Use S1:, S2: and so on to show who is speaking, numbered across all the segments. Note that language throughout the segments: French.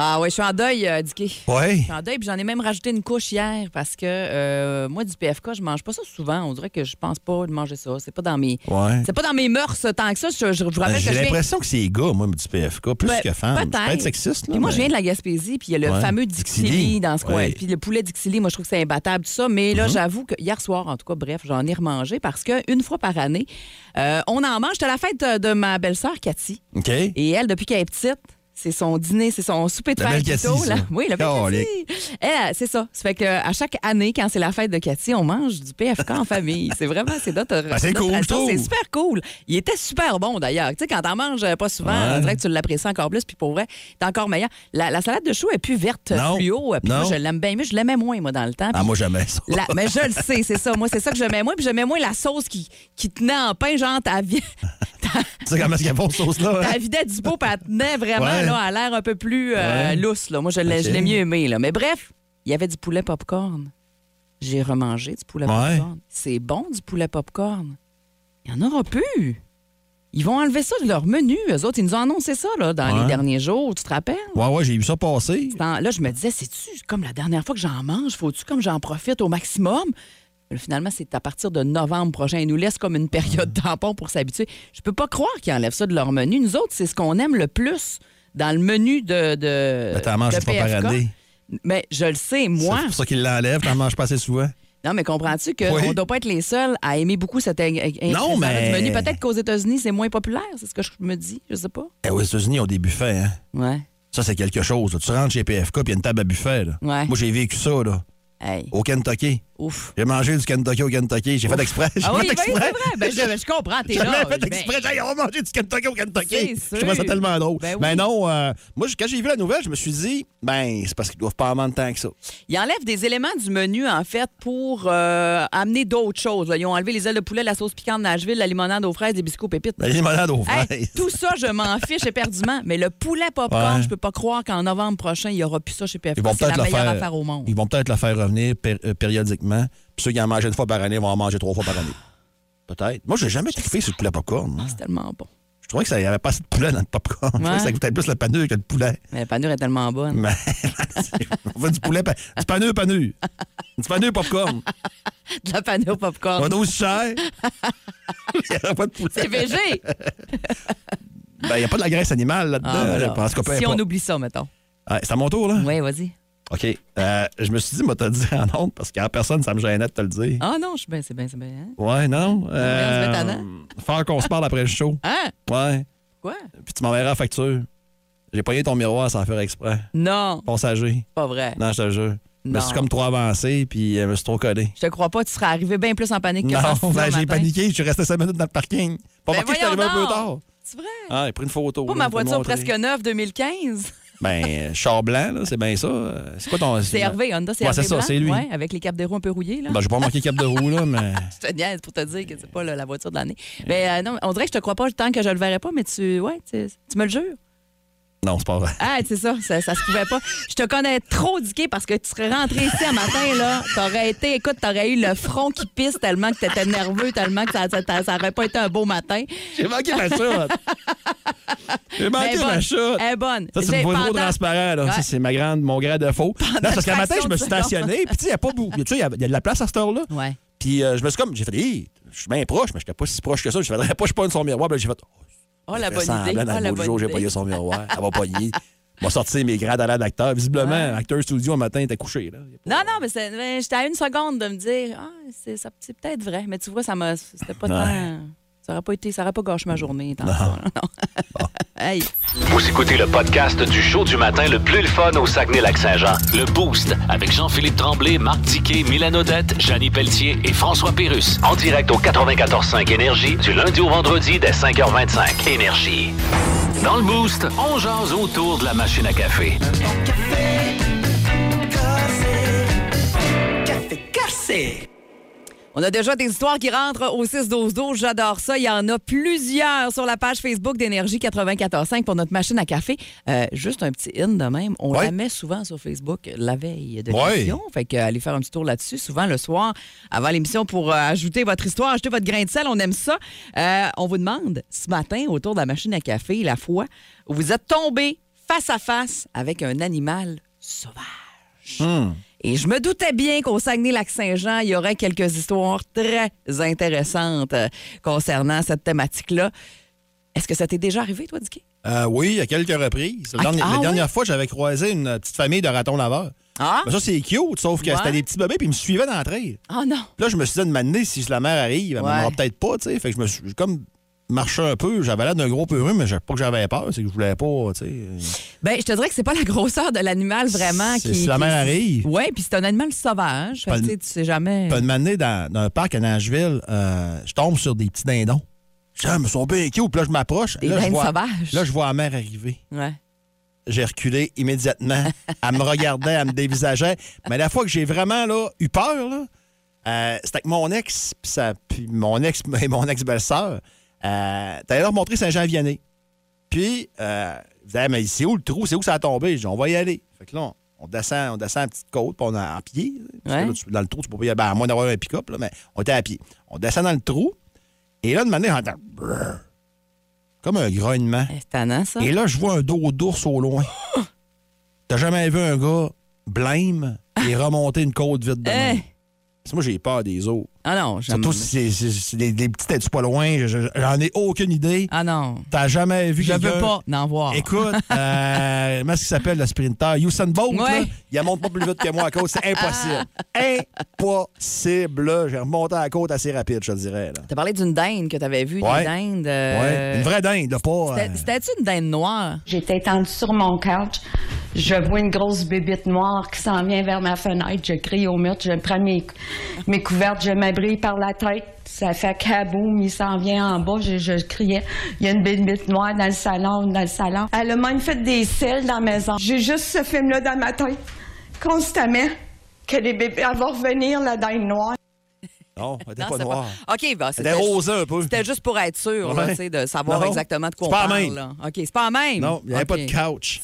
S1: Ah ouais, je suis en deuil, euh, Dicky.
S2: Ouais.
S1: Je suis en deuil, puis j'en ai même rajouté une couche hier parce que euh, moi, du PFK, je mange pas ça souvent. On dirait que je pense pas de manger ça. C'est pas dans mes.
S2: Ouais. Ben,
S1: C'est pas dans mes mœurs euh, tant que ça. Je, je vous rappelle que
S2: J'ai
S1: je viens-
S2: l'impression que c'est les gars, moi, du PFK, plus
S1: Pe-
S2: que femme. Ça peut être sexiste, là.
S1: Ben, Puis moi,
S2: mais-
S1: je viens de la Gaspésie, puis il y a le
S2: Ouais.
S1: fameux Dixili,
S2: Dixili,
S1: dans ce coin.
S2: ouais. Mm-hmm.
S1: Puis le poulet Dixili, moi, je trouve que c'est imbattable, tout ça. Mais là, j'avoue que hier soir, en tout cas, bref, j'en ai remangé parce qu'une fois par année, euh, on en mange. C'était la fête euh, de ma belle-sœur, Cathy.
S2: OK.
S1: Et elle, depuis qu'elle est petite, c'est son dîner, c'est son souper de
S2: La
S1: fête
S2: belle Cathy,
S1: plutôt, là.
S2: ça.
S1: Oui, la belle
S2: Calique.
S1: Cathy. Elle, elle, c'est ça. Ça fait que à chaque année, quand c'est la fête de Cathy, on mange du PFK en famille. C'est vraiment, c'est notre.
S2: Ah, c'est
S1: notre
S2: cool, je
S1: tradition.
S2: trouve.
S1: C'est super cool. Il était super bon d'ailleurs. Tu sais, quand t'en manges euh, pas souvent,
S2: Ouais.
S1: on dirait que tu l'apprécies encore plus. Puis pour vrai, t'es encore meilleur. La, la salade de chou est plus verte
S2: Non.
S1: fluo. Puis moi,
S2: Non.
S1: je l'aime bien. Mais je l'aimais moins, moi, dans le temps. Puis
S2: Ah, moi, jamais ça.
S1: la- mais je le sais, c'est ça. Moi, c'est ça que j'aimais moins. Puis j'aimais moins la sauce qui, qui tenait en pain, genre ta vie.
S2: Tu sais comment est-ce qu'il y a bon sauce, là? hein?
S1: Elle vidait du pot, puis elle tenait vraiment
S2: Ouais.
S1: là, à l'air un peu plus euh,
S2: Ouais.
S1: lousse. Là. Moi, je l'ai
S2: Ok.
S1: je l'ai mieux aimé. Là. Mais bref, il y avait du poulet popcorn. J'ai remangé du poulet
S2: Ouais.
S1: popcorn. C'est bon, du poulet popcorn. Il n'y en aura plus. Ils vont enlever ça de leur menu. Eux autres, ils nous ont annoncé ça là, dans
S2: Ouais.
S1: les derniers jours. Tu te rappelles?
S2: Ouais, ouais, j'ai vu ça passer.
S1: Dans- Ben, là, je me disais, c'est-tu comme la dernière fois que j'en mange? Faut-tu comme j'en profite au maximum? Mais Finalement, c'est à partir de novembre prochain. Ils nous laissent comme une période tampon pour s'habituer. Je peux pas croire qu'ils enlèvent ça de leur menu. Nous autres, c'est ce qu'on aime le plus dans le menu de. de
S2: Mais Ben, t'en manges
S1: de
S2: une fois par
S1: PFK.
S2: année.
S1: Mais je le sais, moi.
S2: C'est pour ça qu'il l'enlève, t'en manges pas assez souvent.
S1: Non, mais comprends-tu qu'on
S2: Oui.
S1: ne doit pas être les seuls à aimer beaucoup cette.
S2: Non, mais-
S1: menu. Peut-être qu'aux États-Unis, c'est moins populaire. C'est ce que je me dis. Je sais pas.
S2: Eh, aux États-Unis, ils ont des buffets, hein.
S1: Ouais.
S2: Ça, c'est quelque chose. là. Tu rentres chez PFK, puis il y a une table à buffet, là.
S1: Ouais.
S2: Moi, j'ai vécu ça, là,
S1: Hey.
S2: au Kentucky.
S1: Ouf.
S2: J'ai mangé du Kentucky au Kentucky. J'ai fait exprès. J'ai
S1: Ah oui,
S2: fait
S1: ben, c'est
S2: exprès.
S1: vrai. Ben, je, je comprends. T'es
S2: J'ai
S1: là.
S2: jamais fait
S1: Ben,
S2: exprès. J'ai dit, Hey, on va manger du Kentucky au Kentucky.
S1: C'est
S2: Je
S1: sûr.
S2: trouvais ça tellement drôle.
S1: Ben oui.
S2: Mais non, euh, moi, je- quand j'ai vu la nouvelle, je me suis dit, ben, c'est parce qu'ils doivent pas en vendre tant que ça.
S1: Ils enlèvent des éléments du menu, en fait, pour euh, amener d'autres choses. là. Ils ont enlevé les ailes de poulet, la sauce piquante de Nashville, la limonade aux fraises, des biscuits aux pépites.
S2: La limonade Ben, aux
S1: Hey,
S2: fraises.
S1: tout ça, je m'en fiche éperdument. Mais le poulet popcorn,
S2: Ouais.
S1: je peux pas croire qu'en novembre prochain, il y aura plus ça chez PFK.
S2: Ils vont
S1: C'est la
S2: peut-être le
S1: meilleure
S2: faire.
S1: affaire au monde.
S2: Ils vont peut-être le faire revenir pér- euh, périodiquement. Puis ceux qui en mangent une fois par année vont en manger trois fois par année. Peut-être. Moi, j'ai jamais trippé sur le poulet popcorn. moi.
S1: C'est tellement bon.
S2: Je trouvais que ça y avait pas assez de poulet dans le popcorn. Je trouvais que
S1: Ouais.
S2: ça goûtait plus le panure que le poulet.
S1: Mais la panure est tellement bonne.
S2: Mais on veut du poulet, pa- du panure, panure. Du panure popcorn.
S1: De la panure
S2: On
S1: popcorn.
S2: est aussi cher. Il n'y a pas de poulet.
S1: C'est VG!
S2: Ben, il n'y a pas de la graisse animale là-dedans.
S1: Ah, voilà.
S2: En tout cas, peu
S1: si on
S2: importe.
S1: oublie ça, mettons.
S2: Ouais, Ah, c'est à mon tour, là?
S1: Oui, vas-y.
S2: OK. Euh, je me suis dit, moi, te le dire en honte, parce qu'en personne, ça me gênait de te le dire.
S1: Ah non, je suis bien, c'est bien, c'est bien. Hein?
S2: Ouais, non.
S1: se met
S2: Euh,
S1: tannant.
S2: faire qu'on se parle après le show.
S1: Hein?
S2: Ouais.
S1: Quoi?
S2: Puis tu m'enverras la facture. J'ai pogné ton miroir sans faire exprès.
S1: Non,
S2: Passager.
S1: pas vrai.
S2: Non, je te jure. Je me
S1: Non.
S2: suis comme trop avancé, puis euh, je me suis trop collé.
S1: Je te crois pas, tu serais arrivé bien plus en panique que
S2: Non,
S1: ça.
S2: ben, j'ai paniqué. Je suis resté 5 minutes dans le parking. Pas
S1: Ben
S2: marqué que je suis arrivé un
S1: voyons
S2: peu tard.
S1: donc. C'est vrai.
S2: Ah, j'ai pris une photo.
S1: Pas
S2: là,
S1: ma
S2: pour te
S1: voiture
S2: montrer.
S1: presque neuve 2015.
S2: Ben, euh, char blanc, là, c'est bien ça. Euh, C'est quoi ton.
S1: C'est Hervé, Honda, c'est
S2: Ouais,
S1: Hervé
S2: c'est ça,
S1: blanc,
S2: c'est lui.
S1: ouais, avec les capes des roues un peu rouillées. Là.
S2: Ben, j'ai pas marqué cap de roue, là, mais.
S1: Je te niaise pour te dire que c'est pas là, la voiture de l'année. Mais euh, non, on dirait que je te crois pas tant que je le verrai pas, mais tu, ouais, tu, tu me le jures.
S2: Non, c'est pas vrai.
S1: Ah, c'est ça, ça, ça se pouvait pas. Je te connais trop, Dicky, parce que tu serais rentré ici un matin, là. T'aurais été, écoute, t'aurais eu le front qui pisse tellement que t'étais nerveux, tellement que ça, ça, ça- ça aurait pas été un beau matin.
S2: J'ai manqué ma chute. J'ai manqué
S1: Elle est
S2: ma
S1: bonne.
S2: chute.
S1: Elle est bonne.
S2: Ça, c'est
S1: Ben, Euh, J'ai-
S2: une voix de gros
S1: pendant-
S2: transparent. Là.
S1: Ouais.
S2: Ça, c'est ma grande, mon grand défaut. Non, parce qu'à
S1: une
S2: matin, je me suis
S1: fraction de seconde.
S2: stationné. Puis, tu sais, il y a pas beaucoup. Tu sais, il y a il y a de la place à cette heure-là.
S1: Ouais.
S2: Puis, euh, je me suis comme, j'ai fait, Hey, je suis bien proche, mais je n'étais pas si proche que ça. Je ne pas, je pogne son miroir. Puis là, j'ai fait, oh,
S1: Oh, la
S2: je fais
S1: bonne
S2: semblant
S1: idée.
S2: dans
S1: Oh,
S2: le
S1: la
S2: beau
S1: bonne
S2: jour, j'ai
S1: idée.
S2: pogné son miroir. Elle va pogner. m'a sorti mes grands talents d'acteur. Visiblement, acteur studio, un matin, il était couché. Là.
S1: Non, non, mais, c'est- mais j'étais à une seconde de me dire, ah, c'est, ça- c'est peut-être vrai. Mais tu vois, ça m'a. C'était pas
S2: Ouais.
S1: tant. Ça aurait pas été. Ça aurait pas gâché ma journée. tant que ça, là. non. Hey.
S3: Vous écoutez le podcast du show du matin le plus le fun au Saguenay-Lac-Saint-Jean. Le Boost avec Jean-Philippe Tremblay, Marc Tiquet, Milan Odette, Janine Pelletier et François Pérus. En direct au 94.5 Énergie du lundi au vendredi dès 5h25. Énergie. Dans le Boost, on jase autour de la machine à café.
S4: Café cassé.
S1: On a déjà des histoires qui rentrent au 6-12-12. J'adore ça. Il y en a plusieurs sur la page Facebook d'Énergie 94.5 pour notre machine à café. Euh, juste un petit in de même. On
S2: Ouais.
S1: la met souvent sur Facebook la veille de
S2: Ouais.
S1: l'émission. Fait que, euh, allez faire un petit tour là-dessus, souvent le soir, avant l'émission, pour euh, ajouter votre histoire, ajouter votre grain de sel. On aime ça. Euh, on vous demande ce matin, autour de la machine à café, la fois où vous êtes tombé face à face avec un animal sauvage. Et je me doutais bien qu'au Saguenay-Lac-Saint-Jean, il y aurait quelques histoires très intéressantes euh, concernant cette thématique-là. Est-ce que ça t'est déjà arrivé, toi, Dicky?
S2: Euh, oui, à quelques reprises. La
S1: Ah,
S2: dernière,
S1: ah
S2: la
S1: oui?
S2: dernière fois, j'avais croisé une petite famille de ratons laveurs.
S1: Ah?
S2: Ben, ça, c'est cute, sauf que
S1: Ouais.
S2: c'était des petits bébés, puis ils me suivaient dans la trail.
S1: Oh non!
S2: Puis Là, je me suis dit, de m'amener, si la mère arrive, elle
S1: Ouais.
S2: m'en peut-être pas, tu sais. Fait que je me suis j'ai comme marché un peu. J'avais l'air d'un gros peureux, mais j'ai- pas que j'avais peur, c'est que je voulais pas, tu sais.
S1: Ben, je te dirais que c'est pas la grosseur de l'animal vraiment
S2: C'est-
S1: qui.
S2: si la
S1: qui-
S2: mer arrive.
S1: Oui, puis c'est un animal sauvage. Fait que,
S2: Pas le-
S1: tu sais, tu sais jamais.
S2: Puis de m'amener dans, dans un parc à Nashville, euh, je tombe sur des petits dindons. Je dis, ah, mais ils sont bien cute. Puis là, je m'approche.
S1: Des
S2: là, je
S1: dindes
S2: vois-
S1: sauvages.
S2: Là, je vois la mère arriver.
S1: Ouais.
S2: j'ai reculé immédiatement. Elle me regardait, elle me dévisageait. Mais la fois que j'ai vraiment là, eu peur, là, euh, c'était avec mon ex, puis ça- puis mon ex et mon ex-belle-sœur. Euh, T'allais leur montrer Saint-Jean-Vianney. Puis, euh, ils disaient, Ah, mais c'est où le trou? C'est où ça a tombé? J'ai dit, on va y aller. Fait que là, on, on descend, on descend la petite côte, puis on est à pied. Parce que
S1: Ouais.
S2: là, tu- dans le trou, tu peux pas y aller. Ben, à moins d'avoir un pick-up, là, mais on était à pied. On descend dans le trou, et là, de manière, j'entends Brrr comme un grognement.
S1: Ben, C'est tannant, ça.
S2: Et là, je vois un dos d'ours au loin. T'as jamais vu un gars blême et remonter une côte vite de même?
S1: Hey!
S2: Parce que Moi, j'ai peur des os.
S1: Eh! Ah non, j'aime.
S2: Surtout si c'est- c'est- c'est des, des petites têtes pas loin. je- je- J'en ai aucune idée.
S1: Ah non.
S2: T'as jamais vu
S1: Je
S2: quelqu'un...
S1: veux pas Ah. n'en voir.
S2: Écoute, euh, comment est-ce qu'il s'appelle le sprinter? Usain Bolt, là,
S1: Ouais. Ah.
S2: il monte pas plus vite que moi à côte. C'est impossible. impossible. là. J'ai remonté à la côte assez rapide, je te dirais. Là.
S1: T'as parlé d'une dinde que t'avais vue,
S2: Ouais.
S1: des dindes.
S2: Ouais.
S1: euh,
S2: Une vraie dinde, là, pas...
S1: c'était-
S2: euh,
S1: C'était-tu une dinde noire?
S4: J'étais étendue sur mon couch. Je vois une grosse bébite noire qui s'en vient vers ma fenêtre. Je crie au mur, je prends mes, mes couvertes, je m'abris par la tête. Ça fait kaboum, il s'en vient en bas. Je, je criais, il y a une bébite noire dans le salon, dans le salon. Elle a même fait des selles dans la maison. J'ai juste ce film-là dans ma tête, constamment, que les bébés, elle va revenir, la dinde noire.
S2: Non, elle était
S1: Non,
S2: pas
S1: c'est
S2: noire.
S1: pas- OK, bah,
S2: Elle était rosée un peu.
S1: C'était juste pour être sûr, là,
S2: Ouais.
S1: tu sais, de savoir
S2: Non.
S1: exactement de quoi
S2: C'est
S1: on
S2: pas la
S1: parle.
S2: même.
S1: là. OK, c'est pas la même.
S2: Non, il n'y avait pas de
S1: OK.
S2: couch.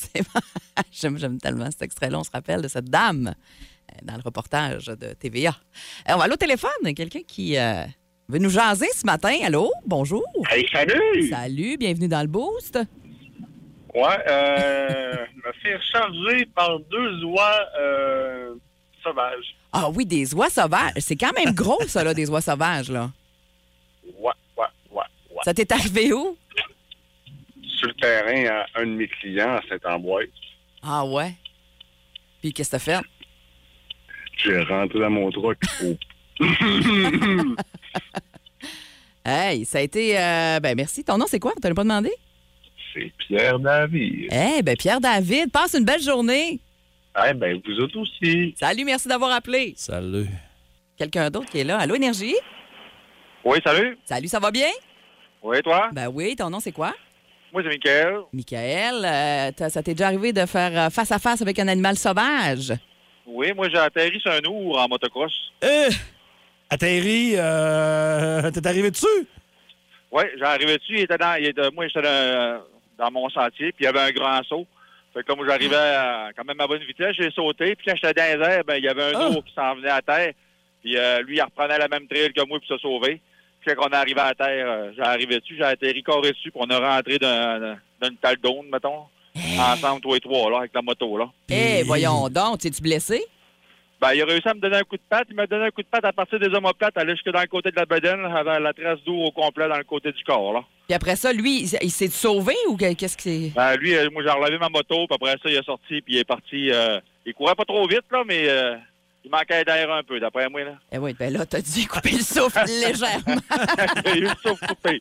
S1: J'aime, j'aime tellement cet extrait-là. On se rappelle de cette dame euh, dans le reportage de TVA. Euh, on va aller au téléphone. Quelqu'un qui euh, veut nous jaser ce matin. Allô? Bonjour.
S5: Hey, salut!
S1: Salut, bienvenue dans le Boost.
S5: Ouais, euh, je me fais recharger par deux oies euh, sauvages.
S1: Ah oui, des oies sauvages. C'est quand même gros, ça, là, des oies sauvages, là.
S5: Ouais, ouais, ouais, ouais.
S1: Ça t'est arrivé où?
S5: Sur le terrain, à un de mes clients à Saint-Amboise,
S1: Ah ouais. Puis qu'est-ce que t'as fait?
S5: j'ai rentré dans mon truck. au-
S1: Hey, ça a été... euh, ben merci. Ton nom, c'est quoi? On te l'a pas demandé?
S5: C'est Pierre David.
S1: Eh ben Pierre-David, passe une belle journée.
S5: Eh ben, vous autres aussi.
S1: Salut, merci d'avoir appelé.
S2: Salut.
S1: Quelqu'un d'autre qui est là. Allô, Énergie?
S5: Oui, salut.
S1: Salut, ça va bien?
S5: Oui, toi?
S1: Ben oui, ton nom, c'est quoi?
S5: Moi, c'est Mickaël.
S1: Michael, euh, t'as- ça t'est déjà arrivé de faire euh, face à face avec un animal sauvage?
S5: Oui, moi, j'ai atterri sur un ours en motocross.
S2: Euh, atterri, euh, t'es arrivé dessus?
S5: Oui, j'arrivais dessus, il était dans, il était- moi, j'étais dans, dans mon sentier, puis il y avait un grand saut. Fait que là, moi, j'arrivais à- quand même à bonne vitesse, j'ai sauté, puis quand j'étais dans les airs, ben, il y avait un
S2: Ah!
S5: ours qui s'en venait à terre, puis euh, lui, il reprenait la même trail que moi, puis se sauvait. Puis quand on est arrivé à terre, euh, j'ai arrivé dessus, j'ai atterri carré dessus, puis on est rentré d'un- dans une tale d'onde, mettons, ensemble, toi et toi, là, avec la moto, là.
S1: Eh, voyons donc, t'es-tu blessé?
S5: Ben, il a réussi à me donner un coup de patte. Il m'a donné un coup de patte à partir des omoplates, aller jusque dans le côté de la bedaine, avant la trace d'eau au complet dans le côté du corps, là.
S1: Puis après ça, lui, il, s- il s'est sauvé ou que- qu'est-ce que c'est?
S5: Ben, lui, euh, moi, j'ai relevé ma moto, puis après ça, il est sorti, puis il est parti. euh, il courait pas trop vite, là, mais euh, il manquait d'air un peu, d'après moi, là.
S1: Eh oui, ben là, t'as dû couper le souffle légèrement.
S5: il a eu le souffle coupé.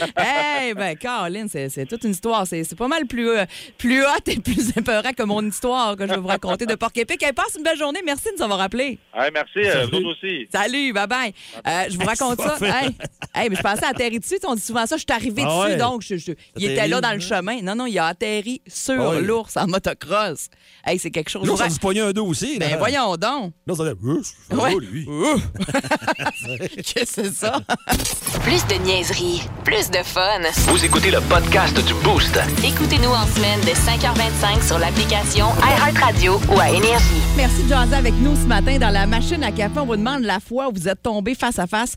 S1: Eh ben, Caroline, c'est c'est toute une histoire. C'est c'est pas mal plus, euh, plus hot et plus épeurant que mon histoire que je vais vous raconter de Porc-Épic. Eh, passe une belle journée. Merci de nous avoir appelés.
S5: Ouais, merci, euh, vous autres aussi.
S1: Salut, bye bye. Euh, je vous raconte ça. Hey, hey, mais je pensais à atterrir dessus. tu sais, On dit souvent ça. Je suis arrivé
S2: Ah
S1: dessus,
S2: ouais.
S1: donc je- je- il était
S2: Atterri,
S1: là dans le
S2: hein.
S1: chemin. Non, non, il a atterri sur
S2: Ah ouais.
S1: l'ours en motocross. Hey, c'est quelque chose.
S2: Là, ça
S1: Vrai-
S2: se pognait un dos aussi. là.
S1: Ben voyons donc. bon.
S2: Là, ça dit, Euh, c'est
S1: Ouais.
S2: pas lui.
S1: Ouh. Qu'est-ce que c'est ça?
S6: Plus de niaiserie, plus de fun.
S3: Vous écoutez le podcast du Boost.
S6: Écoutez-nous en semaine de 5h25 sur l'application iHeartRadio ou à Énergie.
S1: Merci de jaser avec nous ce matin dans la machine à café. On vous demande la fois où vous êtes tombé face à face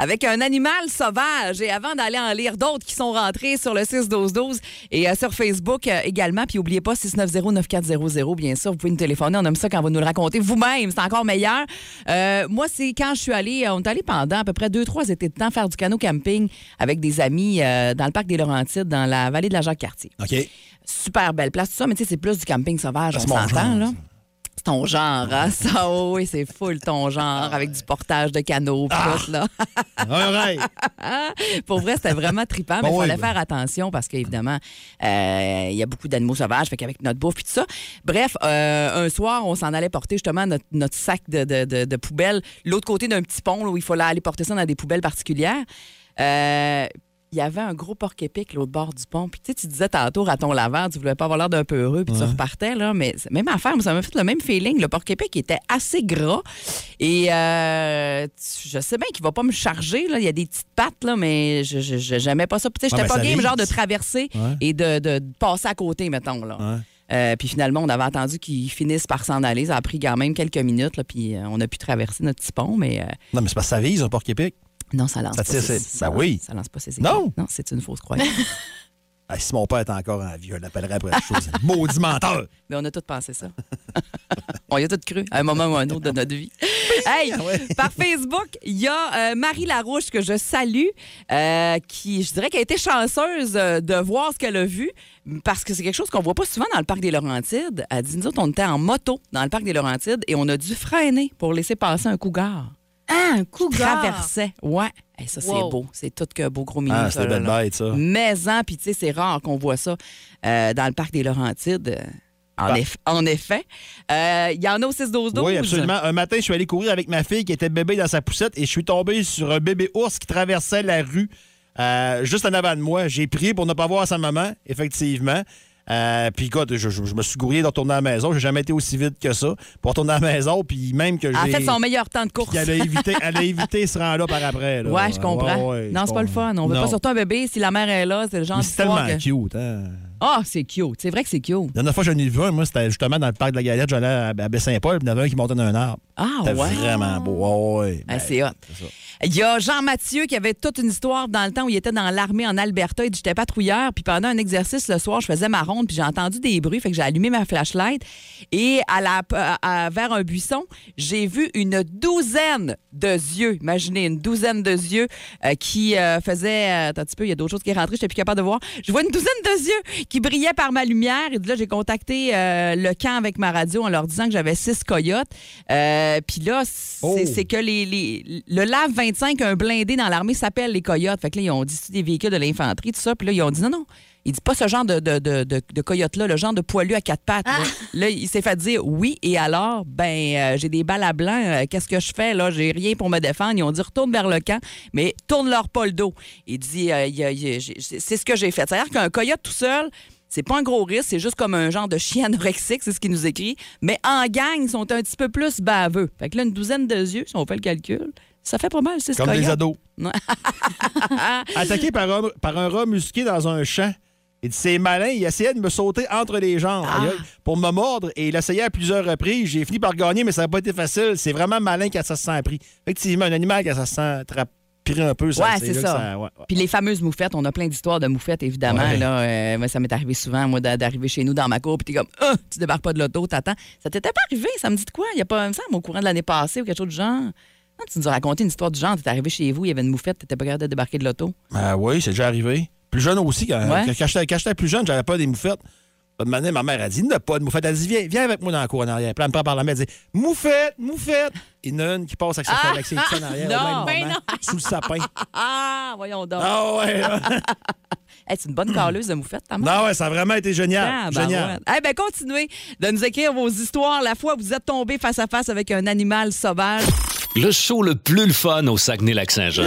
S1: avec un animal sauvage. Et avant d'aller en lire d'autres qui sont rentrés sur le 6-12-12 et euh, sur Facebook euh, également, puis n'oubliez pas 690-9400, bien sûr, vous pouvez nous téléphoner. On aime ça quand vous nous le racontez vous-même. C'est encore meilleur. Euh, moi, c'est quand je suis allée, euh, on est allé pendant à peu près deux, trois étés de temps faire du canot camping avec des amis euh, dans le parc des Laurentides, dans la vallée de la Jacques-Cartier
S2: OK.
S1: super belle place, tout ça, mais tu sais, c'est plus du camping sauvage, on
S2: Ah, c'est mon
S1: s'entend,
S2: genre,
S1: là.
S2: ça.
S1: C'est ton genre, hein, ça, oh oui, c'est full ton genre, avec du portage de canaux, pis
S2: Ah!
S1: tout, là.
S2: Un rêve.
S1: Pour vrai, c'était vraiment trippant, mais il
S2: Bon,
S1: fallait
S2: oui, ben.
S1: faire attention parce qu'évidemment, euh, il y a beaucoup d'animaux sauvages, fait qu'avec notre bouffe et tout ça. Bref, euh, un soir, on s'en allait porter justement notre, notre sac de, de, de- de poubelle, l'autre côté d'un petit pont là, où il fallait aller porter ça dans des poubelles particulières. Euh, il y avait un gros porc-épic l'autre bord du pont. Puis tu sais, tu disais tantôt à ton laveur, tu voulais pas avoir l'air d'un peu heureux, puis tu repartais, là. Mais c'est- même affaire, moi, ça m'a fait le même feeling. Le porc-épic était assez gras. Et euh, tu- je sais bien qu'il va pas me charger, là. Il y a des petites pattes, là, mais je, je, je- j'aimais pas ça. Puis tu sais,
S2: Ouais,
S1: j'étais
S2: mais ça
S1: pas game,
S2: arrive.
S1: genre, de traverser
S2: Ouais.
S1: et de, de passer à côté, mettons, là.
S2: Ouais.
S1: Euh, puis finalement, on avait attendu qu'ils finissent par s'en aller. Ça a pris quand même quelques minutes, là, puis euh, on a pu traverser notre petit pont, mais euh,
S2: Non, mais c'est pas ça vise, un porc-épic.
S1: non, ça lance
S2: Ça
S1: pas.
S2: tire,
S1: ses-
S2: c'est-
S1: ça
S2: ben oui.
S1: Ça lance pas ses
S2: Non.
S1: éclats. Non, c'est une fausse croyance.
S2: Ah, si mon père est encore en vie, je l'appellerai après la chose. Maudit menteur.
S1: Mais on a tous pensé ça. on y a tous cru à un moment ou à un autre de notre vie. Hey,
S7: Ah
S1: par Facebook, il y a euh, Marie Larouche que je salue, euh, qui, je dirais qu'elle a été chanceuse euh, de voir ce qu'elle a vu, parce que c'est quelque chose qu'on voit pas souvent dans le parc des Laurentides. Elle dit, nous autres, on était en moto dans le parc des Laurentides et on a dû freiner pour laisser passer un cougar.
S7: Ah, un coup
S1: Traversait. Ouais. Hey, ça, c'est
S7: Wow.
S1: beau. C'est tout que beau gros minou.
S2: Ah,
S1: ça,
S2: c'est une
S1: là,
S2: belle
S1: là.
S2: bête, ça.
S1: Maison, hein, puis tu sais, c'est rare qu'on voit ça euh, dans le parc des Laurentides. euh, En,
S2: Ah.
S1: eff- en effet. Euh, Il y en a au 6-12-12.
S2: Oui, absolument. Un matin, je suis allé courir avec ma fille qui était bébé dans sa poussette et je suis tombé sur un bébé ours qui traversait la rue euh, juste en avant de moi. J'ai prié pour ne pas voir sa maman, effectivement. Euh, puis écoute, je, je- je me suis gouré de retourner à la maison. J'ai jamais été aussi vite que ça pour retourner à la maison. Puis même que
S1: Elle a
S2: j'ai...
S1: fait son meilleur temps de course.
S2: Puis elle a évité, elle a évité ce rang-là par après. là.
S1: Ouais, je comprends.
S2: Ouais, ouais,
S1: non, c'est pas le fun. On veut
S2: Non.
S1: pas surtout un bébé. Si la mère est là, c'est le genre
S2: Mais
S1: de
S2: c'est tellement
S1: histoire que-
S2: cute. hein.
S1: Ah, c'est cute. C'est vrai que c'est cute.
S2: La dernière fois que j'en ai vu un, moi, c'était justement dans le parc de la Galette. J'allais à, à Baie-Saint-Paul, puis il y en avait un qui montait dans un arbre.
S1: Ah,
S2: C'était
S1: ouais.
S2: vraiment beau. Ouais, ouais.
S1: Ah,
S2: Ben,
S1: c'est hot.
S2: c'est ça.
S1: Il y a Jean Mathieu qui avait toute une histoire dans le temps où il était dans l'armée en Alberta. Il dit J'étais patrouilleur, puis pendant un exercice le soir, je faisais ma ronde, puis j'ai entendu des bruits, fait que j'ai allumé ma flashlight. Et à la, euh, à- à- vers un buisson, j'ai vu une douzaine de yeux. Imaginez, une douzaine de yeux euh, qui euh, faisaient. euh, attends un petit peu, il y a d'autres choses qui est rentrées, je n'étais plus capable de voir. Je vois une douzaine de yeux qui brillaient par ma lumière. Et de là, j'ai contacté euh, le camp avec ma radio en leur disant que j'avais six coyotes. Euh, puis là, c'est
S2: Oh.
S1: c'est que les, les- le LAV 25, un blindé dans l'armée, s'appelle les coyotes. Fait que là, ils ont dit c'est des véhicules de l'infanterie, tout ça. Puis là, ils ont dit non, non. Il dit pas ce genre de, de, de, de- de coyote-là, le genre de poilu à quatre pattes. là. Là, il s'est fait dire oui, et alors, ben, euh, j'ai des balles à blanc, euh, qu'est-ce que je fais, là? J'ai rien pour me défendre. Ils ont dit retourne vers le camp, mais tourne leur pas le dos. Il dit euh, il y a- il y a- j'ai- c'est ce que j'ai fait. C'est-à-dire qu'un coyote tout seul, c'est pas un gros risque, c'est juste comme un genre de chien anorexique, c'est ce qu'il nous écrit. Mais en gang, ils sont un petit peu plus baveux. Fait que là, une douzaine de yeux, si on fait le calcul, ça fait pas mal, c'est
S2: Comme des
S1: coyotes.
S2: ados.
S1: Ouais.
S2: Attaqué par un, par un rat musqué dans un champ. Il dit, c'est malin, il essayait de me sauter entre les jambes
S1: Ah.
S2: aïe, aïe, pour me mordre et il essayait à plusieurs reprises. J'ai fini par gagner, mais ça n'a pas été facile. C'est vraiment malin quand ça se sent pris. Effectivement, un animal quand ça se sent tra- pris un peu, ça,
S1: Ouais,
S2: là
S1: c'est
S2: que
S1: ça.
S2: ouais, ouais.
S1: Puis les fameuses moufettes, on a plein d'histoires de moufettes, évidemment.
S2: Ouais.
S1: Là, Euh, moi, ça m'est arrivé souvent, moi, d'a- d'arriver chez nous dans ma cour, puis t'es comme, Ah, tu débarques pas de l'auto, t'attends. Ça t'était pas arrivé, ça me dit de quoi? Il y a pas, il me semble, au courant de l'année passée ou quelque chose du genre. Non, tu nous as raconté une histoire du genre, t'es arrivé chez vous, il y avait une moufette, t'étais pas capable de débarquer de l'auto.
S2: Ben oui, c'est déjà arrivé. Plus jeune aussi, quand,
S1: Ouais.
S2: quand- quand j'étais- quand j'étais plus jeune, j'avais pas des moufettes. Pas de manière, ma mère a dit, il n'a pas de moufette. Elle dit, viens, viens avec moi dans la cour en arrière. Puis elle me prend par la main, elle dit, moufette, moufette. Il y en a une qui passe avec sa
S1: Ah!
S2: avec ses pieds en arrière au
S1: Non,
S2: même moment,
S1: ben
S2: sous le sapin.
S1: Ah, voyons donc.
S2: Ah ouais, là.
S1: Hey, c'est une bonne carleuse de moufette, ta mère.
S2: non, ouais, ça a vraiment été génial.
S1: Ah, ben
S2: génial.
S1: ouais. Eh ben, continuez de nous écrire vos histoires. La fois où vous êtes tombé face à face avec un animal sauvage.
S2: Oh.
S3: Le show le plus le fun au Saguenay-Lac-Saint-Jean.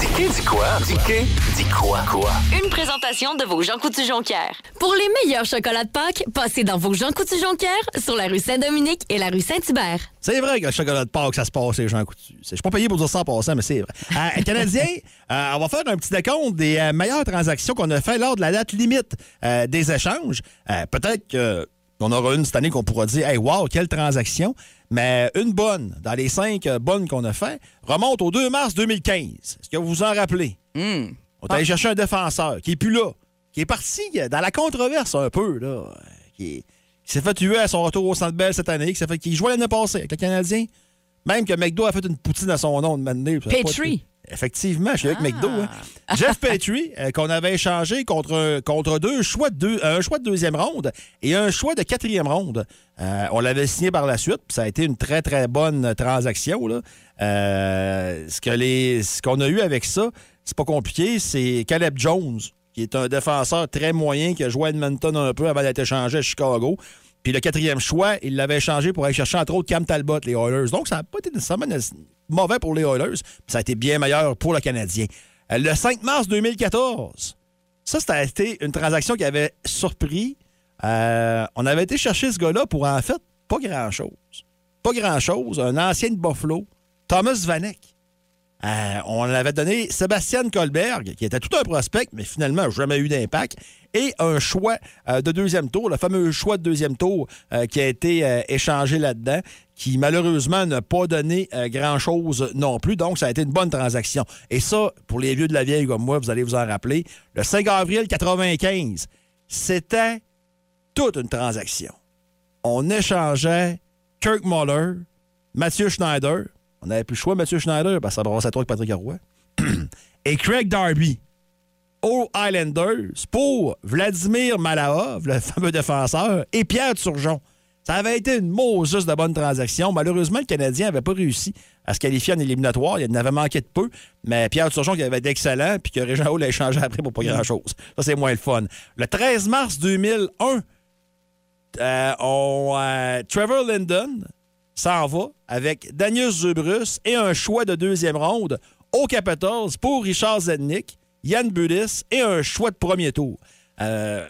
S3: Dicky dit quoi? Dicky dit quoi? Quoi?
S6: Une présentation de vos Jean Coutu Jonquière.
S7: Pour les meilleurs chocolats de Pâques, passez dans vos Jean Coutu Jonquière sur la rue Saint-Dominique et la rue Saint-Hubert.
S2: C'est vrai que le chocolat de Pâques, ça se passe, les gens coutus. Je suis pas payé pour dire ça en passant, mais c'est vrai. Euh, Canadiens, euh, on va faire un petit décompte des euh, meilleures transactions qu'on a fait lors de la date limite euh, des échanges. Euh, Peut-être que on aura une cette année qu'on pourra dire, hey, wow, quelle transaction. Mais une bonne, dans les cinq euh, bonnes qu'on a fait, remonte au 2 mars 2015. Est-ce que vous vous en rappelez? On est allé chercher un défenseur qui est plus là, qui est parti euh, dans la controverse un peu, là, euh, qui, est- qui s'est fait tuer à son retour au Centre Bell cette année, qui s'est fait qui jouait l'année passée avec le Canadien. Même que McDo a fait une poutine à son nom de maintenant. puis ça a pas
S1: Petrie.
S2: été- Effectivement, je suis avec McDo. hein. Jeff Petrie, euh, qu'on avait échangé contre, contre deux choix de deux, un choix de deuxième ronde et un choix de quatrième ronde. Euh, on l'avait signé par la suite, puis ça a été une très, très bonne transaction. là. Euh, ce que les- ce qu'on a eu avec ça, c'est pas compliqué, c'est Caleb Jones, qui est un défenseur très moyen qui a joué à Edmonton un peu avant d'être échangé à Chicago. Puis le quatrième choix, il l'avait échangé pour aller chercher entre autres Cam Talbot, les Oilers. Donc, ça n'a pas été nécessairement né- mauvais pour les Oilers, puis ça a été bien meilleur pour le Canadien. Euh, Le 5 mars 2014, ça, ça a été une transaction qui avait surpris. Euh, on avait été chercher ce gars-là pour en fait pas grand-chose. Pas grand-chose. Un ancien de Buffalo, Thomas Vanek. Euh, on l'avait donné Sébastien Kolberg, qui était tout un prospect, mais finalement jamais eu d'impact, et un choix euh, de deuxième tour, le fameux choix de deuxième tour euh, qui a été euh, échangé là-dedans, qui malheureusement n'a pas donné euh, grand-chose non plus. Donc, ça a été une bonne transaction. Et ça, pour les vieux de la vieille comme moi, vous allez vous en rappeler, le 5 avril 95, c'était toute une transaction on échangeait Kirk Muller, Mathieu Schneider. On n'avait plus le choix, Mathieu Schneider, parce que ça brasse à toi avec Patrick Roy. et Craig Darby aux Islanders pour Vladimir Malaov, le fameux défenseur, et Pierre Turgeon. Ça avait été une Moses de bonne transaction. Malheureusement, le Canadien n'avait pas réussi à se qualifier en éliminatoire. Il en avait manqué de peu. Mais Pierre Turgeon, qui avait d'excellents, puis que Régent Hall a échangé après pour pas grand-chose. Ça, c'est moins le fun. Le 13 mars 2001, euh, on, euh, Trevor Linden s'en va avec Daniel Zubrus et un choix de deuxième ronde au Capitals pour Richard Zednick, Yann Budis et un choix de premier tour. Euh,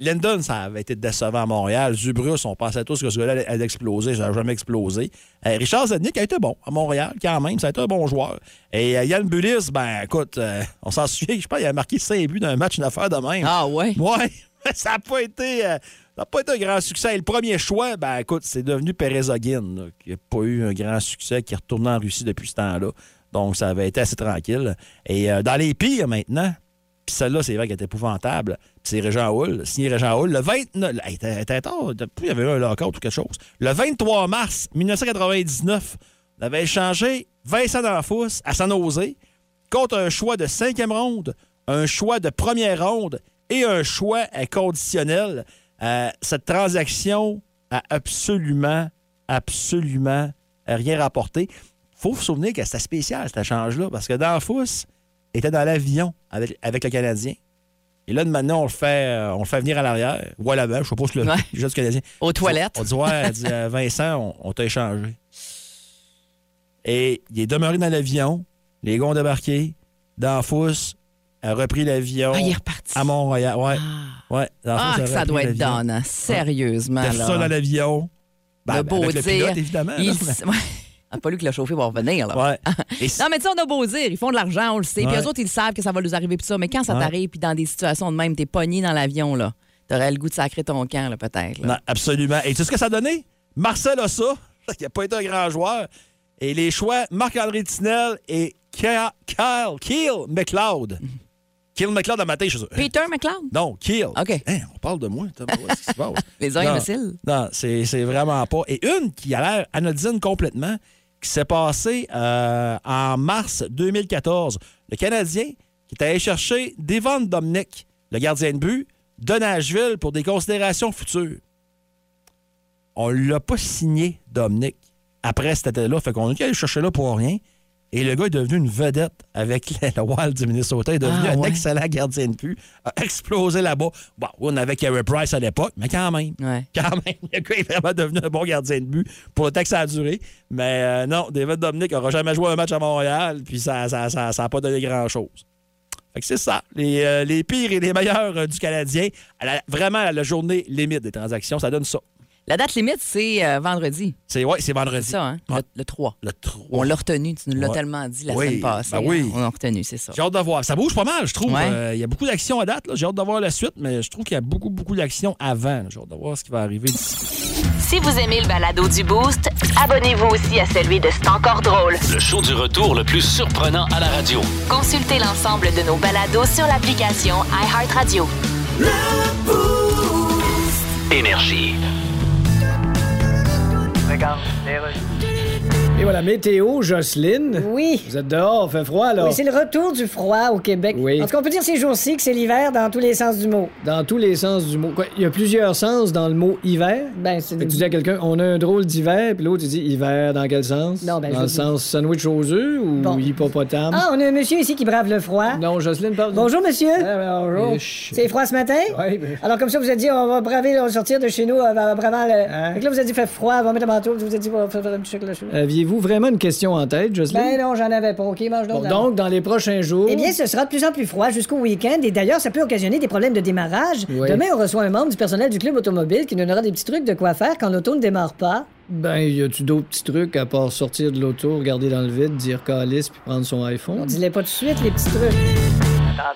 S2: Linden, ça avait été décevant à Montréal. Zubrus, on pensait tous que ce gars-là allait- allait exploser. Ça n'a jamais explosé. Euh, Richard Zednick a été bon à Montréal, quand même. Ça a été un bon joueur. Et euh, Yann Budis, ben écoute, euh, on s'en souvient, je pense qu'il a marqué 5 buts d'un match, une affaire de même.
S1: Ah ouais?
S2: Ouais, mais ça n'a pas été. euh, ça a pas été un grand succès. Et le premier choix, ben écoute, c'est devenu Perezogin, là, qui n'a pas eu un grand succès, qui est retourné en Russie depuis ce temps-là. Donc, ça avait été assez tranquille. Et euh, dans les pires maintenant, puis celle-là, c'est vrai qu'elle est épouvantable. Puis c'est Régent Hull, signé Régent Hull, le 29. Hey, t'as- t'as tort, depuis, il y avait eu un lockout ou quelque chose. Le 23 mars 1999, on avait échangé Vincent D'Anfous à San Jose contre un choix de cinquième ronde, un choix de première ronde et un choix euh, conditionnel. Euh, cette transaction a absolument, absolument rien rapporté. faut se souvenir que c'était spécial, cet échange-là, parce que Danfous était dans l'avion avec, avec le Canadien. Et là, de maintenant, on le fait, euh, on le fait venir à l'arrière, ou à l'avant, je sais pas si le
S1: Ouais.
S2: le jeu du Canadien.
S1: Aux toilettes.
S2: On dit, ouais, elle dit, euh, Vincent, on, on t'a échangé. Et il est demeuré dans l'avion. Les gars ont débarqué. Danfous a repris l'avion
S1: Ah, il est reparti.
S2: à Montréal. Ouais. ouais Danfous
S1: Ah,
S2: a
S1: que ça
S2: repris
S1: doit être
S2: l'avion.
S1: donnant, sérieusement.
S2: T'as
S1: là.
S2: ça dans l'avion. Ben,
S1: le beau
S2: avec
S1: dire.
S2: le pilote, évidemment.
S1: il
S2: là,
S1: s- Ouais. Ah, pas lui qui l'a chauffé pour revenir.
S2: mais-
S1: Là.
S2: Ouais. Et c-
S1: Non, mais tu sais, on a beau dire, ils font de l'argent, on le sait. Puis
S2: Ouais.
S1: eux autres, ils savent que ça va leur arriver, puis ça. Mais quand ça
S2: Ouais.
S1: t'arrive, puis dans des situations de même, t'es pogné dans l'avion, là, t'aurais le goût de sacrer ton camp, là, peut-être. là.
S2: Non, absolument. Et tu sais ce que ça a donné? Marcel a ça. Il n'a pas été un grand joueur. Et les choix, Marc-André Tinel et Kyle, Kyle, Kyle McLeod.
S1: Mm-hmm.
S2: Kyle McLeod à matin, je suis sûr.
S1: Peter McLeod?
S2: Non, Kill.
S1: OK.
S2: Hein, on parle de moi. Attends, qu'est-ce qui se passe?
S1: Les
S2: Non,
S1: imbéciles.
S2: Non, c'est c'est vraiment pas. Et une qui a l'air anodine complètement, qui s'est passée euh, en mars 2014. Le Canadien qui est allé chercher Devon Dominic, le gardien de but, de Nashville pour des considérations futures. On l'a pas signé, Dominic, après cet été-là. Fait qu'on est allé le chercher là pour rien. Et le gars est devenu une vedette avec la- le Wild du Minnesota. Il est devenu
S1: Ah,
S2: un
S1: ouais.
S2: excellent gardien de but. A explosé là-bas. Bon, oui, on avait Carey Price à l'époque, mais quand même.
S1: Ouais.
S2: Quand même, le gars est vraiment devenu un bon gardien de but pour le temps que ça a duré. Mais euh, non, David Dominic n'aura jamais joué un match à Montréal, puis ça n'a ça, ça, ça a pas donné grand-chose. Fait que c'est ça. Les, euh, les pires et les meilleurs euh, du Canadien. À la- vraiment, à la journée limite des transactions, ça donne ça.
S1: La date limite, c'est euh, vendredi.
S2: C'est ouais, c'est vendredi.
S1: C'est ça, hein?
S2: Ouais.
S1: Le, le 3.
S2: Le 3.
S1: On l'a retenu. Tu nous l'as
S2: Ouais.
S1: tellement dit la
S2: Oui,
S1: semaine passée.
S2: ben oui.
S1: hein. On l'a retenu, c'est ça.
S2: J'ai hâte de voir. Ça bouge pas mal, je trouve. Euh,
S1: Ouais.
S2: Il y a beaucoup d'actions à date. là. J'ai hâte de voir la suite, mais je trouve qu'il y a beaucoup, beaucoup d'actions avant. là. J'ai hâte de voir ce qui va arriver d'ici.
S6: Si vous aimez le balado du Boost, abonnez-vous aussi à celui de C'est encore drôle.
S3: Le show du retour le plus surprenant à la radio.
S6: Consultez l'ensemble de nos balados sur l'application iHeartRadio.
S3: Énergie.
S8: Et voilà, météo, Jocelyne.
S9: Oui.
S8: Vous êtes dehors, fait froid, là.
S9: Oui, c'est le retour du froid au Québec.
S8: Oui.
S9: En tout cas, on peut dire ces jours-ci que c'est l'hiver dans tous les sens du mot.
S8: Dans tous les sens du mot. Quoi, il y a plusieurs sens dans le mot hiver.
S9: Ben, c'est...
S8: Fait que tu dis à quelqu'un, on a un drôle d'hiver, puis l'autre, il dit hiver dans quel sens?
S9: Non, ben, je
S8: dans le
S9: dis-
S8: sens sandwich aux œufs ou
S9: Bon.
S8: hippopotame?
S9: Ah, on a un monsieur ici qui brave le froid.
S8: Non, Jocelyne, parle.
S9: Bonjour, monsieur.
S8: Ah, ben, bonjour.
S9: C'est froid ce matin?
S8: Ouais, ben-
S9: Alors, comme ça, vous avez dit, on va braver, on va sortir de chez nous, on va bravant le... Fait que là, vous avez dit, fait froid, on va mettre un manteau, puis vous avez dit, on va faire un petit chocolat chaud.
S8: Aviez-vous vraiment une question en tête, Jocelyne?
S9: Ben non, j'en avais pas. OK, mange
S8: Bon,
S9: donc. d'abord.
S8: donc, dans les prochains jours.
S9: Eh bien, ce sera de plus en plus froid jusqu'au week-end et d'ailleurs, ça peut occasionner des problèmes de démarrage.
S8: Oui.
S9: Demain, on reçoit un membre du personnel du club automobile qui nous donnera des petits trucs de quoi faire quand l'auto ne démarre pas.
S8: Ben, y a-tu d'autres petits trucs à part sortir de l'auto, regarder dans le vide, dire calice puis prendre son
S9: On
S8: iPhone?
S9: dit les pas tout de suite, les petits trucs.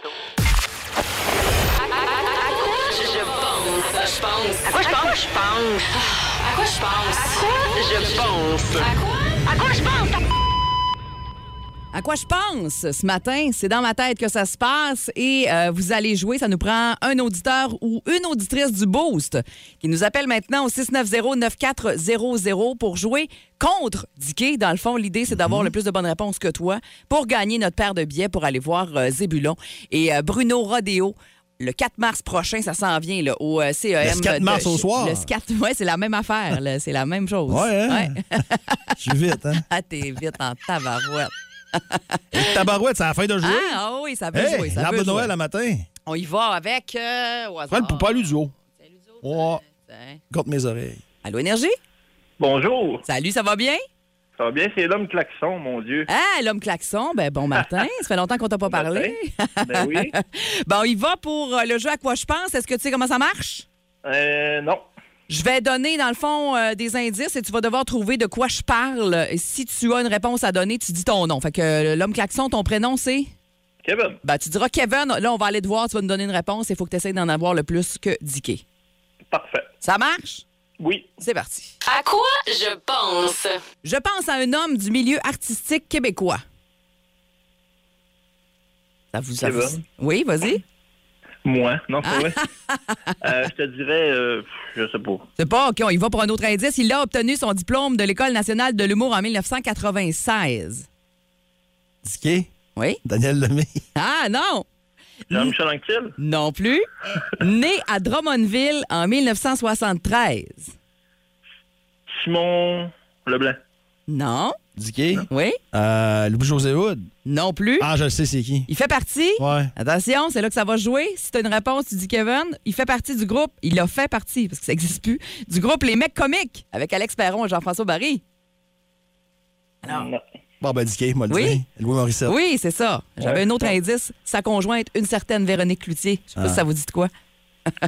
S1: À quoi je pense ce matin? C'est dans ma tête que ça se passe et euh, vous allez jouer. Ça nous prend un auditeur ou une auditrice du Boost qui nous appelle maintenant au 690-9400 pour jouer contre Dicky. Dans le fond, l'idée, c'est
S2: Mhm.
S1: d'avoir le plus de bonnes réponses que toi pour gagner notre paire de billets pour aller voir euh, Zébulon et euh, Bruno Rodéo. Le 4 mars prochain, ça s'en vient là, au euh, CEM.
S2: Le 4 mars
S1: de-
S2: au soir.
S1: Le 4, ouais, c'est la même affaire. là. C'est la même chose.
S2: Ouais, hein? Je suis vite, hein?
S1: Ah, t'es vite en tabarouette.
S2: Tabarouette, c'est la fin de
S1: Ah,
S2: jouer.
S1: ah oui, ça peut jouer.
S2: Hey,
S1: Ça
S2: l'arbre
S1: peut
S2: de Noël
S1: jouer.
S2: à matin.
S1: On y va avec. Euh, au
S2: Prends le
S1: hasard.
S2: poupa du haut. Ouais.
S1: Tiens.
S2: Contre mes oreilles.
S1: Allô, Énergie?
S5: Bonjour.
S1: Salut, ça va bien?
S5: Ça va bien, c'est l'homme klaxon, mon Dieu.
S1: Ah, l'homme klaxon, ben bon matin. Ça fait longtemps qu'on t'a pas parlé.
S5: Ben oui.
S1: Bon, il va pour euh, le jeu à quoi je pense. Est-ce que tu sais comment ça marche?
S5: Euh, non.
S1: Je vais donner, dans le fond, euh, des indices et tu vas devoir trouver de quoi je parle. Et si tu as une réponse à donner, tu dis ton nom. Fait que euh, l'homme klaxon, ton prénom, c'est?
S5: Kevin.
S1: Ben, tu diras Kevin. Là, on va aller te voir, tu vas nous donner une réponse. Il faut que tu essaies d'en avoir le plus que Dicky.
S5: Parfait.
S1: Ça marche?
S5: Oui.
S1: C'est parti.
S7: À quoi je pense?
S1: Je pense à un homme du milieu artistique québécois. Ça vous ça vous-
S5: Kevin.
S1: Oui, vas-y.
S5: Moi. Non, c'est vrai. Euh, je te dirais, euh, je sais pas.
S1: C'est pas OK, on y va pour un autre indice. Il a obtenu son diplôme de l'École nationale de l'humour en 1996.
S2: Diquet,
S1: Oui?
S2: Daniel Lemay.
S1: Ah non!
S5: Jean-Michel Anctil.
S1: Non plus. Né à Drummondville en 1973.
S5: Simon Leblanc.
S1: Non.
S2: Diquet,
S1: Oui?
S2: Euh, Louis-José Hood.
S1: Non plus.
S2: Ah, je le sais, c'est qui.
S1: Il fait partie.
S2: Ouais.
S1: Attention, c'est là que ça va jouer. Si t'as une réponse, tu dis Kevin. Il fait partie du groupe. Il a fait partie, parce que ça n'existe plus, du groupe Les Mecs Comiques avec Alex Perron et Jean-François Barry. Ah.
S5: Non.
S2: Bon, ben, Diquet, moi le
S1: Oui.
S2: dis. Louis Morissette.
S1: Oui, c'est ça. J'avais
S5: Ouais.
S1: un autre indice. Sa conjointe, une certaine Véronique Cloutier. Je sais pas
S2: Ah.
S1: si ça vous dit de quoi.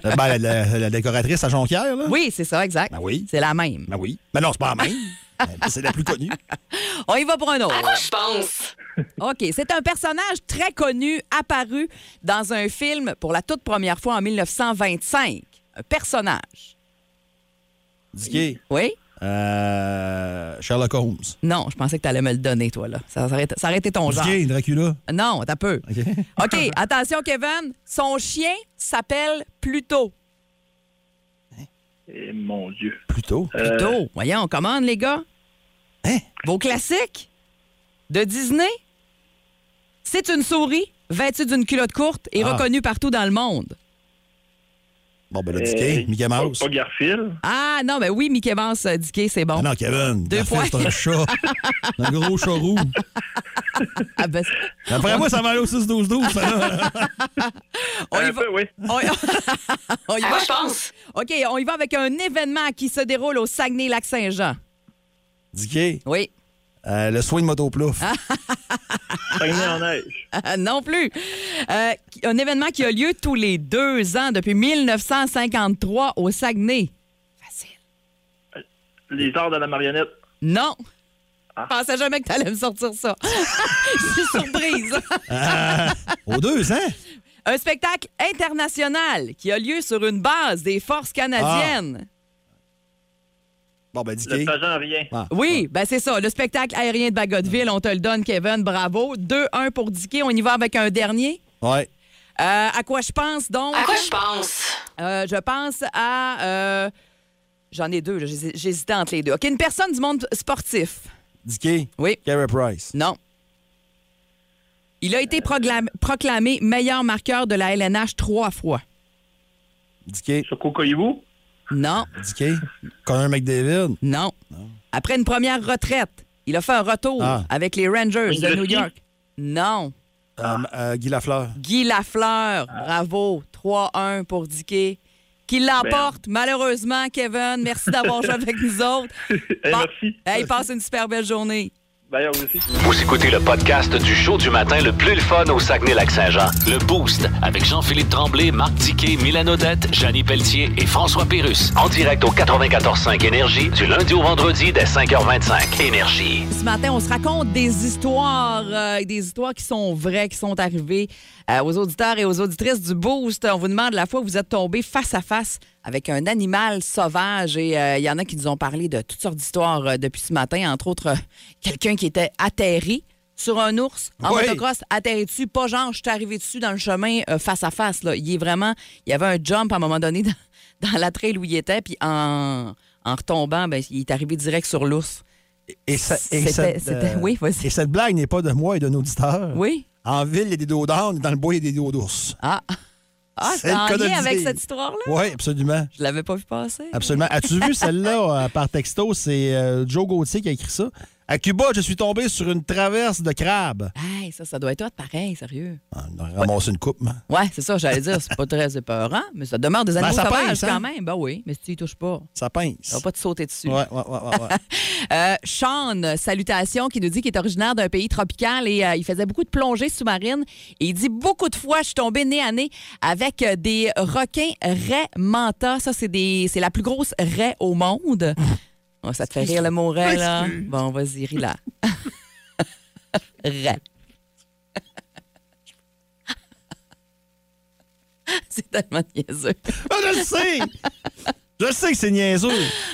S2: Ben, la, la- la décoratrice à Jonquière, là.
S1: Oui, c'est ça, exact.
S2: Ben oui.
S1: C'est la même.
S2: Ben oui. Ben non, c'est pas la même. Ben, c'est la plus connue.
S1: On y va pour un autre.
S7: Je pense.
S1: OK. C'est un personnage très connu apparu dans un film pour la toute première fois en 1925. Un personnage.
S2: Diquet,
S1: Oui?
S2: euh, Sherlock Holmes.
S1: Non, je pensais que t'allais me le donner, toi, là. Ça, ça aurait, ça aurait été ton genre.
S2: Diquet, Dracula.
S1: Non, t'as peu.
S2: OK.
S1: OK, attention, Kevin. Son chien s'appelle Pluto.
S5: Eh, mon Dieu.
S2: Plutôt.
S5: Euh,
S1: Pluto. Voyons, on commande, les gars.
S2: Hein?
S1: Vos classiques de Disney. C'est une souris vêtue d'une culotte courte et
S2: Ah.
S1: reconnue partout dans le monde.
S2: Bon, ben là,
S5: euh,
S2: Diquet, Mickey Mouse.
S5: Pas, pas Garfield.
S1: Ah, non, ben oui, Mickey Mouse, euh, Dickey, c'est bon.
S2: Ah non, Kevin.
S1: Deux
S2: Garfield,
S1: points.
S2: C'est un chat. un gros chat roux.
S1: Ah, ben,
S2: Après moi, ça va aller au 6-12-12. ça, là.
S1: on y
S5: Un
S1: va.
S5: peu, oui.
S1: On y- on y
S6: Ah,
S1: va.
S6: je pense.
S1: OK, on y va avec un événement qui se déroule au Saguenay-Lac-Saint-Jean.
S2: Dicky,
S1: Oui.
S2: euh, le soin de motoplouf.
S5: Saguenay en neige.
S1: non plus. Euh, qui- un événement qui a lieu tous les deux ans depuis 1953 au Saguenay. Facile.
S5: Les arts de la marionnette.
S1: Non. Je pensais jamais que tu allais me sortir ça. Je suis surprise.
S2: Aux deux, hein?
S1: Un spectacle international qui a lieu sur une base des forces canadiennes.
S2: Bon, ben,
S5: Le
S2: Dicky.
S5: pageant vient.
S2: Ah.
S1: Oui, ben c'est ça. Le spectacle aérien de Bagotville, on te le donne, Kevin. Bravo. 2-1 pour Dicky. On y va avec un dernier.
S2: Ouais.
S1: Euh, à quoi je pense donc?
S6: À quoi je pense?
S1: Euh, je pense à. euh, J'en ai deux, là. J'hési- j'hésitais entre les deux. OK, une personne du monde sportif.
S2: Dicky.
S1: Oui.
S2: Carey Price.
S1: Non. Il a été proclam- proclamé meilleur marqueur de la LNH trois fois.
S2: Dicky.
S5: Sur Cocoyou.
S1: Non,
S2: Dicky. Connor McDavid.
S1: non. Après une première retraite, il a fait un retour
S2: Ah.
S1: avec les Rangers de
S5: Gretzky?
S1: New York. Non.
S5: Ah.
S2: Euh, euh, Guy Lafleur.
S1: Guy Lafleur, bravo. 3-1 pour Dicky. Qui l'emporte, malheureusement, Kevin. Merci d'avoir joué avec nous autres. Bon.
S5: merci.
S1: Hey, passe une super belle journée.
S5: D'ailleurs, vous aussi.
S3: Vous écoutez le podcast du show du matin le plus le fun au Saguenay-Lac-Saint-Jean. Le Boost avec Jean-Philippe Tremblay, Marc Tiquet, Milan Odette, Janine Pelletier et François Pérus. En direct au 94.5 Énergie du lundi au vendredi dès 5h25. Énergie.
S1: Ce matin, on se raconte des histoires, euh, des histoires qui sont vraies, qui sont arrivées euh, aux auditeurs et aux auditrices du Boost. On vous demande la fois où vous êtes tombé face à face avec un animal sauvage et euh, il y en a qui nous ont parlé de toutes sortes d'histoires euh, depuis ce matin, entre autres euh, quelqu'un qui était atterri sur un ours en
S2: Oui.
S1: motocross, atterri dessus, pas genre je suis arrivé dessus dans le chemin euh, face à face là, il est vraiment il y avait un jump à un moment donné dans, dans la trail où il était puis en en retombant ben, il est arrivé direct sur l'ours.
S2: Et, ça- et
S1: C'était-
S2: cette, euh,
S1: c'était- oui, vas-y.
S2: et cette blague n'est pas de moi et d'un auditeur.
S1: Oui.
S2: En ville, il y a des dos d'âne, dans le bois, il y a des dos d'ours.
S1: Ah, ah
S2: C'est
S1: c'est en
S2: le cas de
S1: lien
S2: le
S1: avec
S2: dire.
S1: cette histoire-là?
S2: Oui, absolument.
S1: Je l'avais pas vu passer.
S2: Absolument. As-tu vu celle-là euh, par texto? C'est euh, Joe Gauthier qui a écrit ça. À Cuba, je suis tombé sur une traverse de crabe. Ah,
S1: Hey, ça, ça doit être hot pareil, sérieux.
S2: On a ramassé une coupe. hein. man.
S1: Ouais, c'est ça, j'allais dire, c'est pas très épeurant, mais ça demeure des animaux
S2: ça
S1: sauvages
S2: pince, hein?
S1: quand même. Ben oui, mais si tu y touches pas,
S2: Ça
S1: ça va
S2: pince.
S1: pas te sauter dessus.
S2: Ouais, ouais, ouais, ouais, ouais.
S1: Euh, Sean, salutations, qui nous dit qu'il est originaire d'un pays tropical et euh, il faisait beaucoup de plongées sous-marines. Et il dit beaucoup de fois, je suis tombé nez à nez avec euh, des requins raies manta. Ça, c'est des, c'est la plus grosse raie au monde. Oh, ça te fait rire le mot raie, là? Bon, vas-y, ris là. raie. c'est tellement niaiseux.
S2: Ah, je le sais! Je le sais que c'est niaiseux.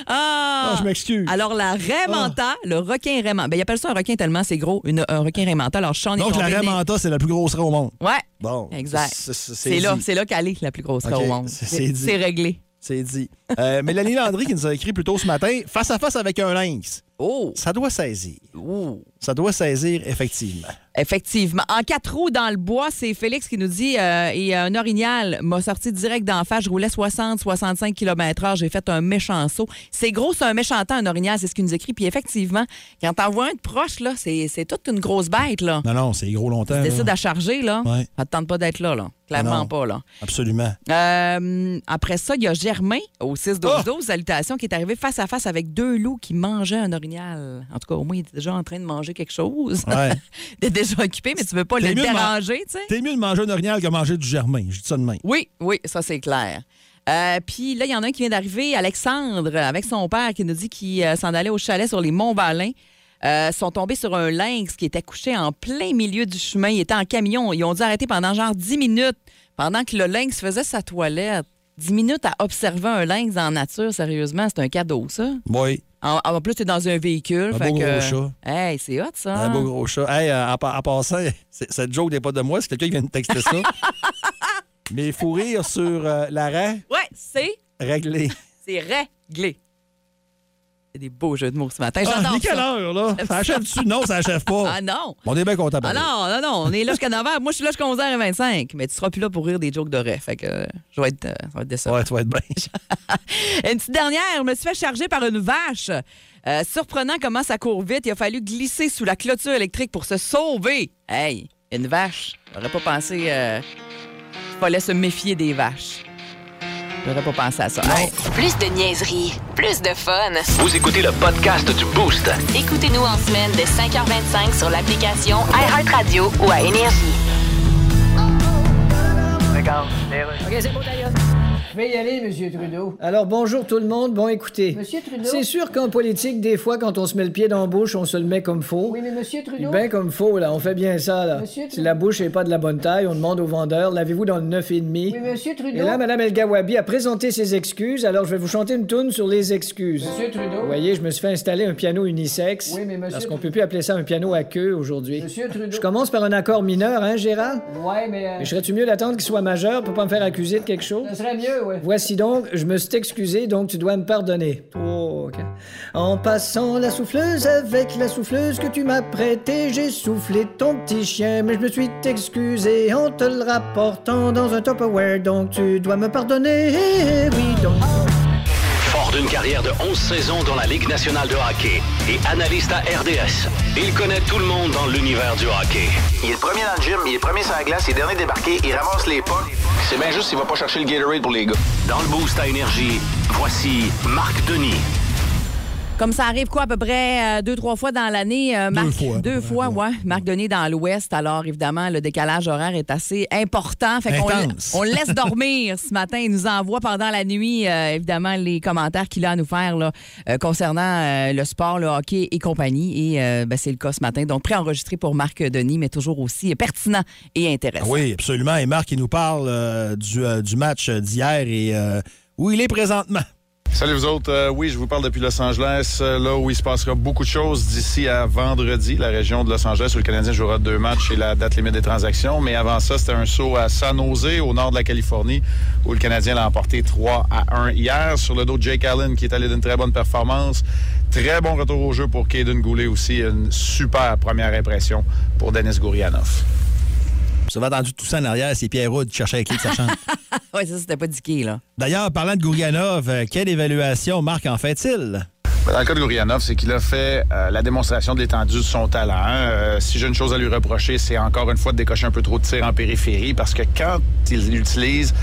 S1: Ah!
S2: Ah, je m'excuse. Ah.
S1: Alors, la raie manta, le requin raie manta. Ben, il appelle ça un requin tellement c'est gros, une- un requin raie manta. Alors, Sean est
S2: Donc,
S1: tombé
S2: la
S1: nez-
S2: Ramanta, c'est la plus grosse raie au monde.
S1: Ouais,
S2: Bon.
S1: exact.
S2: C'est- C'est
S1: C'est là,
S2: dit.
S1: c'est là qu'elle est, la plus grosse
S2: Ok,
S1: raie au monde.
S2: c'est- c'est dit.
S1: C'est réglé.
S2: C'est dit. Euh, Mélanie Landry qui nous a écrit plus tôt ce matin, face à face avec un lynx.
S1: Oh!
S2: Ça doit saisir.
S1: Ouh.
S2: Ça doit saisir, effectivement.
S1: Effectivement. En quatre roues dans le bois, c'est Félix qui nous dit euh, et un orignal m'a sorti direct d'en face. Je roulais 60-65 km/h. J'ai fait un méchant saut. C'est gros, c'est un méchant temps, un orignal. C'est ce qu'il nous écrit. Puis effectivement, quand t'en vois un de proche, là, c'est c'est toute une grosse bête. là.
S2: Non, non, c'est gros longtemps. là.
S1: Décide à charger, là.
S2: Ouais. Ah
S1: Ça te tente pas d'être là, là. Clairement
S2: Non.
S1: pas, là.
S2: Absolument.
S1: Euh, après ça, il y a Germain au 6-12-12,
S2: Ah!
S1: salutations, qui est arrivé face à face avec deux loups qui mangeaient un orignal. En tout cas, au moins, il était déjà en train de manger quelque chose.
S2: Ouais.
S1: il était déjà occupé, mais tu veux pas
S2: T'es
S1: le
S2: mieux de ma-
S1: déranger, tu sais.
S2: T'es mieux de manger un orignal que manger du germain. Je dis ça de même.
S1: Oui, oui, ça, c'est clair. Euh, Puis là, il y en a un qui vient d'arriver, Alexandre, avec son père, qui nous dit qu'il euh, s'en allait au chalet sur les Monts-Valin. Euh, sont tombés sur un lynx qui était couché en plein milieu du chemin. Il était en camion. Ils ont dû arrêter pendant genre 10 minutes, pendant que le lynx faisait sa toilette. 10 minutes à observer un lynx en nature, sérieusement, c'est un cadeau, ça.
S2: Oui.
S1: En, en plus, t'es dans un véhicule.
S2: Un
S1: fait
S2: beau
S1: que-
S2: gros
S1: Hey, c'est hot, ça.
S2: Un beau gros chat. Hey, euh, en, pa- en passant, c'est- cette joke n'est pas de moi, c'est quelqu'un qui vient de texter ça. Mais faut rire sur euh, l'arrêt,
S1: Ouais, c'est
S2: réglé.
S1: c'est réglé. C'est des beaux jeux de mots ce matin.
S2: Ah,
S1: J'adore
S2: il est quelle
S1: ça.
S2: heure, là? Ça achève-tu? Non, ça achève pas.
S1: Ah non!
S2: On est bien content.
S1: Ah
S2: pareil.
S1: non, non, non, on est là jusqu'à 9 h. Moi, je suis là jusqu'à 11 h 25. Mais tu seras plus là pour rire des jokes dorés. Fait que euh, je vais être, euh, ça va être décevant.
S2: Ouais, tu vas être bien.
S1: Une petite dernière, je me suis fait charger par une vache. Euh, surprenant comment ça court vite. Il a fallu glisser sous la clôture électrique pour se sauver. Hey, une vache. J'aurais pas pensé. Euh, fallait se méfier des vaches. J'aurais pas pensé à ça. Hey.
S6: Plus de niaiserie, plus de fun.
S3: Vous écoutez le podcast du Boost.
S6: Écoutez-nous en semaine de 5h25 sur l'application iHeartRadio ou à Énergie.
S9: OK, c'est bon, d'ailleurs. Je vais y aller, Monsieur Trudeau.
S8: Alors bonjour tout le monde, bon écoutez.
S9: Monsieur Trudeau.
S8: C'est sûr qu'en politique, des fois, quand on se met le pied dans la bouche, on se le met comme faux.
S9: Oui, Eh, mais Monsieur Trudeau.
S8: Ben comme faux, là, on fait bien ça, là.
S9: Monsieur
S8: si
S9: Trudeau.
S8: la bouche n'est pas de la bonne taille, on demande au vendeur, l'avez-vous dans le 9,5?
S9: Oui, Eh, Monsieur Trudeau.
S8: Et là, Mme El Gawabi a présenté ses excuses, alors je vais vous chanter une toune sur les excuses.
S9: Monsieur Trudeau.
S8: Vous voyez, je me suis fait installer un piano unisexe.
S9: Oui, mais monsieur-
S8: Parce qu'on peut plus appeler ça un piano à queue aujourd'hui.
S9: Monsieur Trudeau.
S8: Je commence par un accord mineur, hein, Gérard?
S9: Ouais, mais. euh,
S8: Mais serais-tu mieux d'attendre qu'il soit majeur pour pas me faire accuser de quelque chose?
S9: Ce serait mieux, ouais.
S8: Voici donc, je me suis excusé, donc tu dois me pardonner. Trois, quatre. En passant la souffleuse avec la souffleuse que tu m'as prêtée, j'ai soufflé ton petit chien, mais je me suis excusé en te le rapportant dans un Tupperware, donc tu dois me pardonner. Eh, Oui, donc.
S3: Fort d'une carrière de 11 saisons dans la Ligue nationale de hockey et analyste à RDS, il connaît tout le monde dans l'univers du hockey.
S10: Il est le premier dans le gym, il est le premier sur la glace, il est dernier débarqué, il ramasse les pas. C'est bien juste s'il va pas chercher le Gatorade pour les gars.
S3: Dans le Boost à Énergie, voici Marc Denis.
S1: Comme ça arrive quoi à peu près euh, deux, trois fois dans l'année, euh, Marc?
S2: fois, à peu
S1: Deux
S2: près,
S1: fois, ouais. Marc Denis dans l'Ouest. Alors, évidemment, le décalage horaire est assez important. Fait qu'on
S2: Intense.
S1: on le laisse dormir ce matin. Il nous envoie pendant la nuit, euh, évidemment, les commentaires qu'il a à nous faire là, euh, concernant euh, le sport, le hockey et compagnie. Et euh, ben, c'est le cas ce matin. Donc, préenregistré pour Marc Denis, mais toujours aussi pertinent et intéressant.
S2: Ah Oui, absolument. Et Marc, il nous parle euh, du, euh, du match d'hier et euh, où il est présentement.
S11: Salut vous autres. Euh, oui, je vous parle depuis Los Angeles, euh, là où il se passera beaucoup de choses d'ici à vendredi. La région de Los Angeles où le Canadien jouera deux matchs et la date limite des transactions. Mais avant ça, c'était un saut à San Jose, au nord de la Californie, où le Canadien l'a emporté 3 à 1 hier sur le dos de Jake Allen, qui est allé d'une très bonne performance. Très bon retour au jeu pour Caden Goulet aussi. Une super première impression pour Denis Gourianoff.
S2: Ça va entendu tout ça en arrière, c'est Pierre Roud qui cherchait la clé de sa chambre.
S1: Ouais, ça, c'était pas diqué, là.
S2: D'ailleurs, parlant de Gourianov, euh, quelle évaluation Marc en fait-il?
S11: Ben, Dans le cas de Gourianov, c'est qu'il a fait euh, la démonstration de l'étendue de son talent. Euh, si j'ai une chose à lui reprocher, c'est encore une fois de décocher un peu trop de tirs en périphérie parce que quand il utilise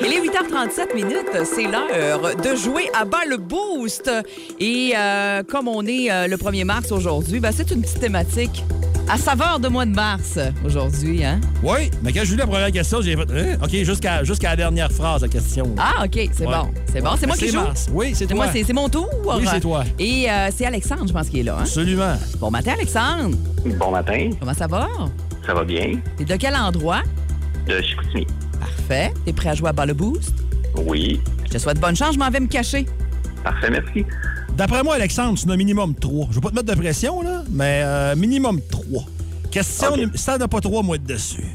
S1: Il est 8h37 minutes, c'est l'heure de jouer à bas le boost. Et euh, comme on est euh, le 1er mars aujourd'hui, ben, c'est une petite thématique à saveur de mois de mars aujourd'hui. Hein?
S2: Oui, mais quand j'ai lu la première question, j'ai fait. Hein? OK, jusqu'à jusqu'à la dernière phrase, la question.
S1: Ah, OK,
S2: Ouais.
S1: c'est bon. C'est bon, c'est moi
S2: Mais
S1: qui
S2: c'est
S1: joue.
S2: mars. Oui, c'est
S1: moi,
S2: toi.
S1: c'est c'est mon tour.
S2: Oui, c'est toi.
S1: Et euh, c'est Alexandre, je pense, qui est là. hein?
S2: Absolument.
S1: Bon matin, Alexandre.
S12: Bon matin,
S1: Comment ça va?
S12: ça va bien?
S1: T'es de quel endroit?
S12: De Chicoutimi.
S1: Parfait. T'es prêt à jouer à bas le boost?
S12: Oui,
S1: Je te souhaite bonne chance, je m'en vais me cacher.
S12: parfait, merci.
S2: D'après moi, Alexandre, tu en as minimum 3. Je vais pas te mettre de pression, là, mais euh, minimum 3. Question num- Si t'en as pas 3, moi de dessus.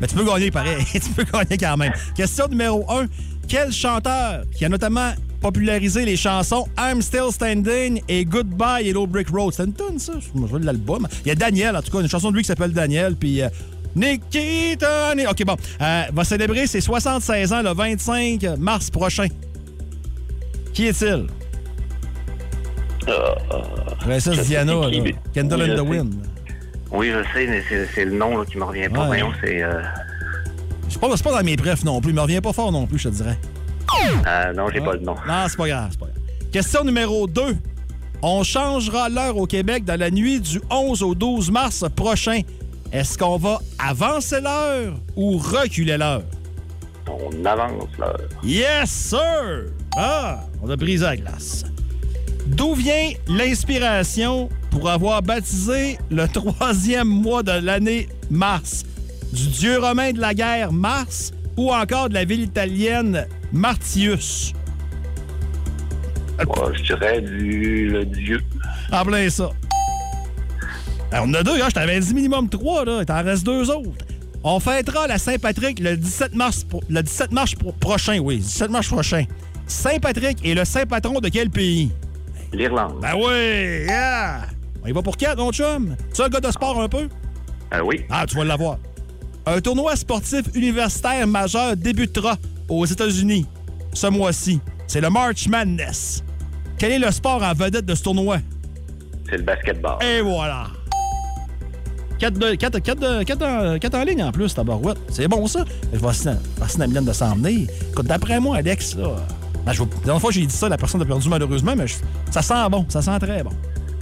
S2: Mais tu peux gagner pareil. tu peux gagner quand même. Question numéro 1. Quel chanteur qui a notamment popularisé les chansons I'm Still Standing et Goodbye Yellow Brick Road? C'est une tonne, ça. Je me souviens de l'album. Il y a Daniel, en tout cas, une chanson de lui qui s'appelle Daniel. Puis. euh, Nikita... Ni- OK, bon. Euh, va célébrer ses 76 ans le 25 mars prochain. Qui est-il? Princess
S12: Euh, Je sais
S2: Diana,
S12: c'est qui,
S2: là.
S12: mais-
S2: Kendall
S12: Oui,
S2: and
S12: je
S2: the
S12: sais.
S2: Wind.
S12: Oui, je sais, mais c'est c'est le nom là, qui me revient pas.
S2: Ouais.
S12: Voyons, c'est. euh,
S2: C'est pas, c'est pas dans mes prefs non plus. Il me revient pas fort non plus, je te dirais.
S12: Ah, non, j'ai pas le nom.
S2: Non, c'est pas grave, c'est pas grave. Question numéro 2. On changera l'heure au Québec dans la nuit du 11 au 12 mars prochain. Est-ce qu'on va avancer l'heure ou reculer l'heure?
S12: On avance, là.
S2: Yes, sir! Ah, on a brisé la glace. D'où vient l'inspiration pour avoir baptisé le troisième mois de l'année Mars? Du dieu romain de la guerre Mars ou encore de la ville italienne Martius?
S12: Ouais, je dirais du le dieu.
S2: En plein ça. Alors, on en a deux, hein, je t'avais dit minimum trois, là. Il t'en reste deux autres. On fêtera la Saint-Patrick le 17 mars, pro- le 17 mars pro- prochain, oui, 17 mars prochain. Saint-Patrick est le Saint-Patron de quel pays?
S12: L'Irlande.
S2: Ben oui, yeah! On y va pour quatre, mon chum? Tu es un gars de sport un peu?
S12: Ah oui.
S2: Ah, tu vas l'avoir. Un tournoi sportif universitaire majeur débutera aux États-Unis ce mois-ci. C'est le March Madness. Quel est le sport en vedette de ce tournoi?
S12: C'est le basketball.
S2: Et voilà. 4, en ligne en plus, ta barouette. C'est bon, ça. Je vais assigner je vais assigner à Mylène de s'en venir. Écoute, d'après moi, Alex, là, ben, je vais- la dernière fois que j'ai dit ça, la personne a perdu malheureusement, mais je- ça sent bon. Ça sent très bon.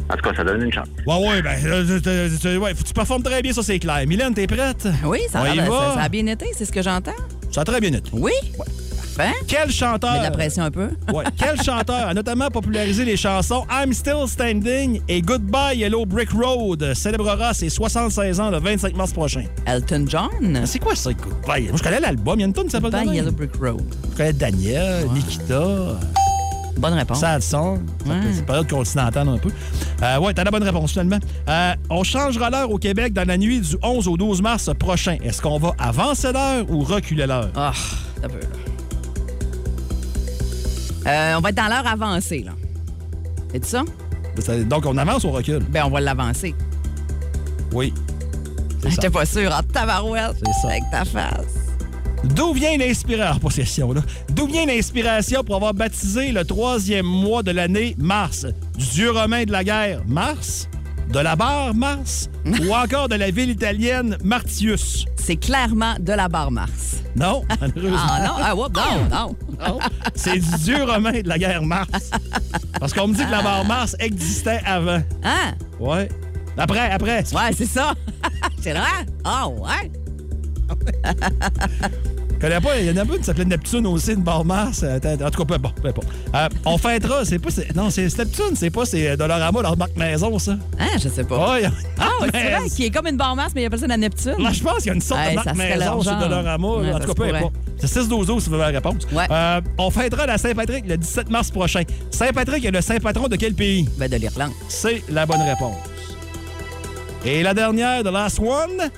S12: En tout cas, ça donne une chance.
S2: Ouais, ouais, ben, euh, euh, euh, ouais, faut que tu performes très bien, ça, c'est clair. Mylène, t'es prête?
S1: Ah Oui, ça,
S2: On
S1: a,
S2: y
S1: l'air-
S2: va.
S1: ça- ça a bien été, c'est ce que j'entends.
S2: Ça a très bien été.
S1: Oui? Parfait.
S2: Quel chanteur?
S1: Mets de la pression un peu.
S2: Ouais. Quel chanteur a notamment popularisé les chansons I'm Still Standing et Goodbye Yellow Brick Road célébrera ses 76 ans le 25 mars prochain?
S1: Elton John?
S2: C'est quoi ça, Goodbye? Moi, je connais l'album. Il y a une tonne qui s'appelle
S1: Goodbye
S2: de même.
S1: Yellow Brick Road.
S2: Je connais Daniel, Nikita.
S1: Bonne réponse.
S2: Sad Song. Ça fait- C'est une période continentale un peu. Euh, ouais, t'as la bonne réponse finalement. Euh, on changera l'heure au Québec dans la nuit du 11 au 12 mars prochain. Est-ce qu'on va avancer l'heure ou reculer l'heure?
S1: Ah, t'as peu, là. Euh, on va être dans l'heure avancée, là. C'est ça?
S2: Donc, on avance ou on recule?
S1: Ben, on va l'avancer.
S2: Oui. C'est ça.
S1: J'étais pas sûre. En tabarouette.
S2: C'est ça.
S1: Avec ta face.
S2: D'où vient l'inspiration? Pas cette question-là. D'où vient l'inspiration pour avoir baptisé le troisième mois de l'année Mars? Du dieu romain de la guerre Mars? De la barre Mars? ou encore de la ville italienne Martius?
S1: C'est clairement de la barre Mars.
S2: Non, malheureusement.
S1: Ah non, ah, whoop,
S2: Oh!
S1: non, non.
S2: C'est du dieu romain de la guerre Mars. Parce qu'on me dit que la barre Mars existait avant.
S1: Hein?
S2: Ouais. Après, après.
S1: Ouais, c'est ça. C'est vrai? Ah, ouais.
S2: Je connais pas, il y en a une qui s'appelait Neptune aussi, une barre Mars. Euh, attends, En tout cas, peu importe, peu importe. Euh, on fêtera, c'est pas. c'est- Non, c'est c'est Neptune, c'est pas c'est euh, Dolorama, leur marque maison, ça.
S1: Hein, je sais pas.
S2: Ouais,
S1: Ah,
S2: mais-
S1: c'est vrai, qui est comme une barre Mars, mais il appelle ça la Neptune.
S2: Là, je pense qu'il y a une sorte
S1: Ouais,
S2: de
S1: ça
S2: marque
S1: serait
S2: maison
S1: leur
S2: chez
S1: genre.
S2: Dolorama.
S1: Ouais,
S2: en tout
S1: ça
S2: cas,
S1: se
S2: peu
S1: pourrait.
S2: importe. C'est 6-12-12 si vous voulez la réponse. Euh, on fêtera la Saint-Patrick le 17 mars prochain. Saint-Patrick est le Saint-Patron de quel pays?
S1: Ben, de l'Irlande.
S2: C'est la bonne réponse. Et la dernière, de Last One.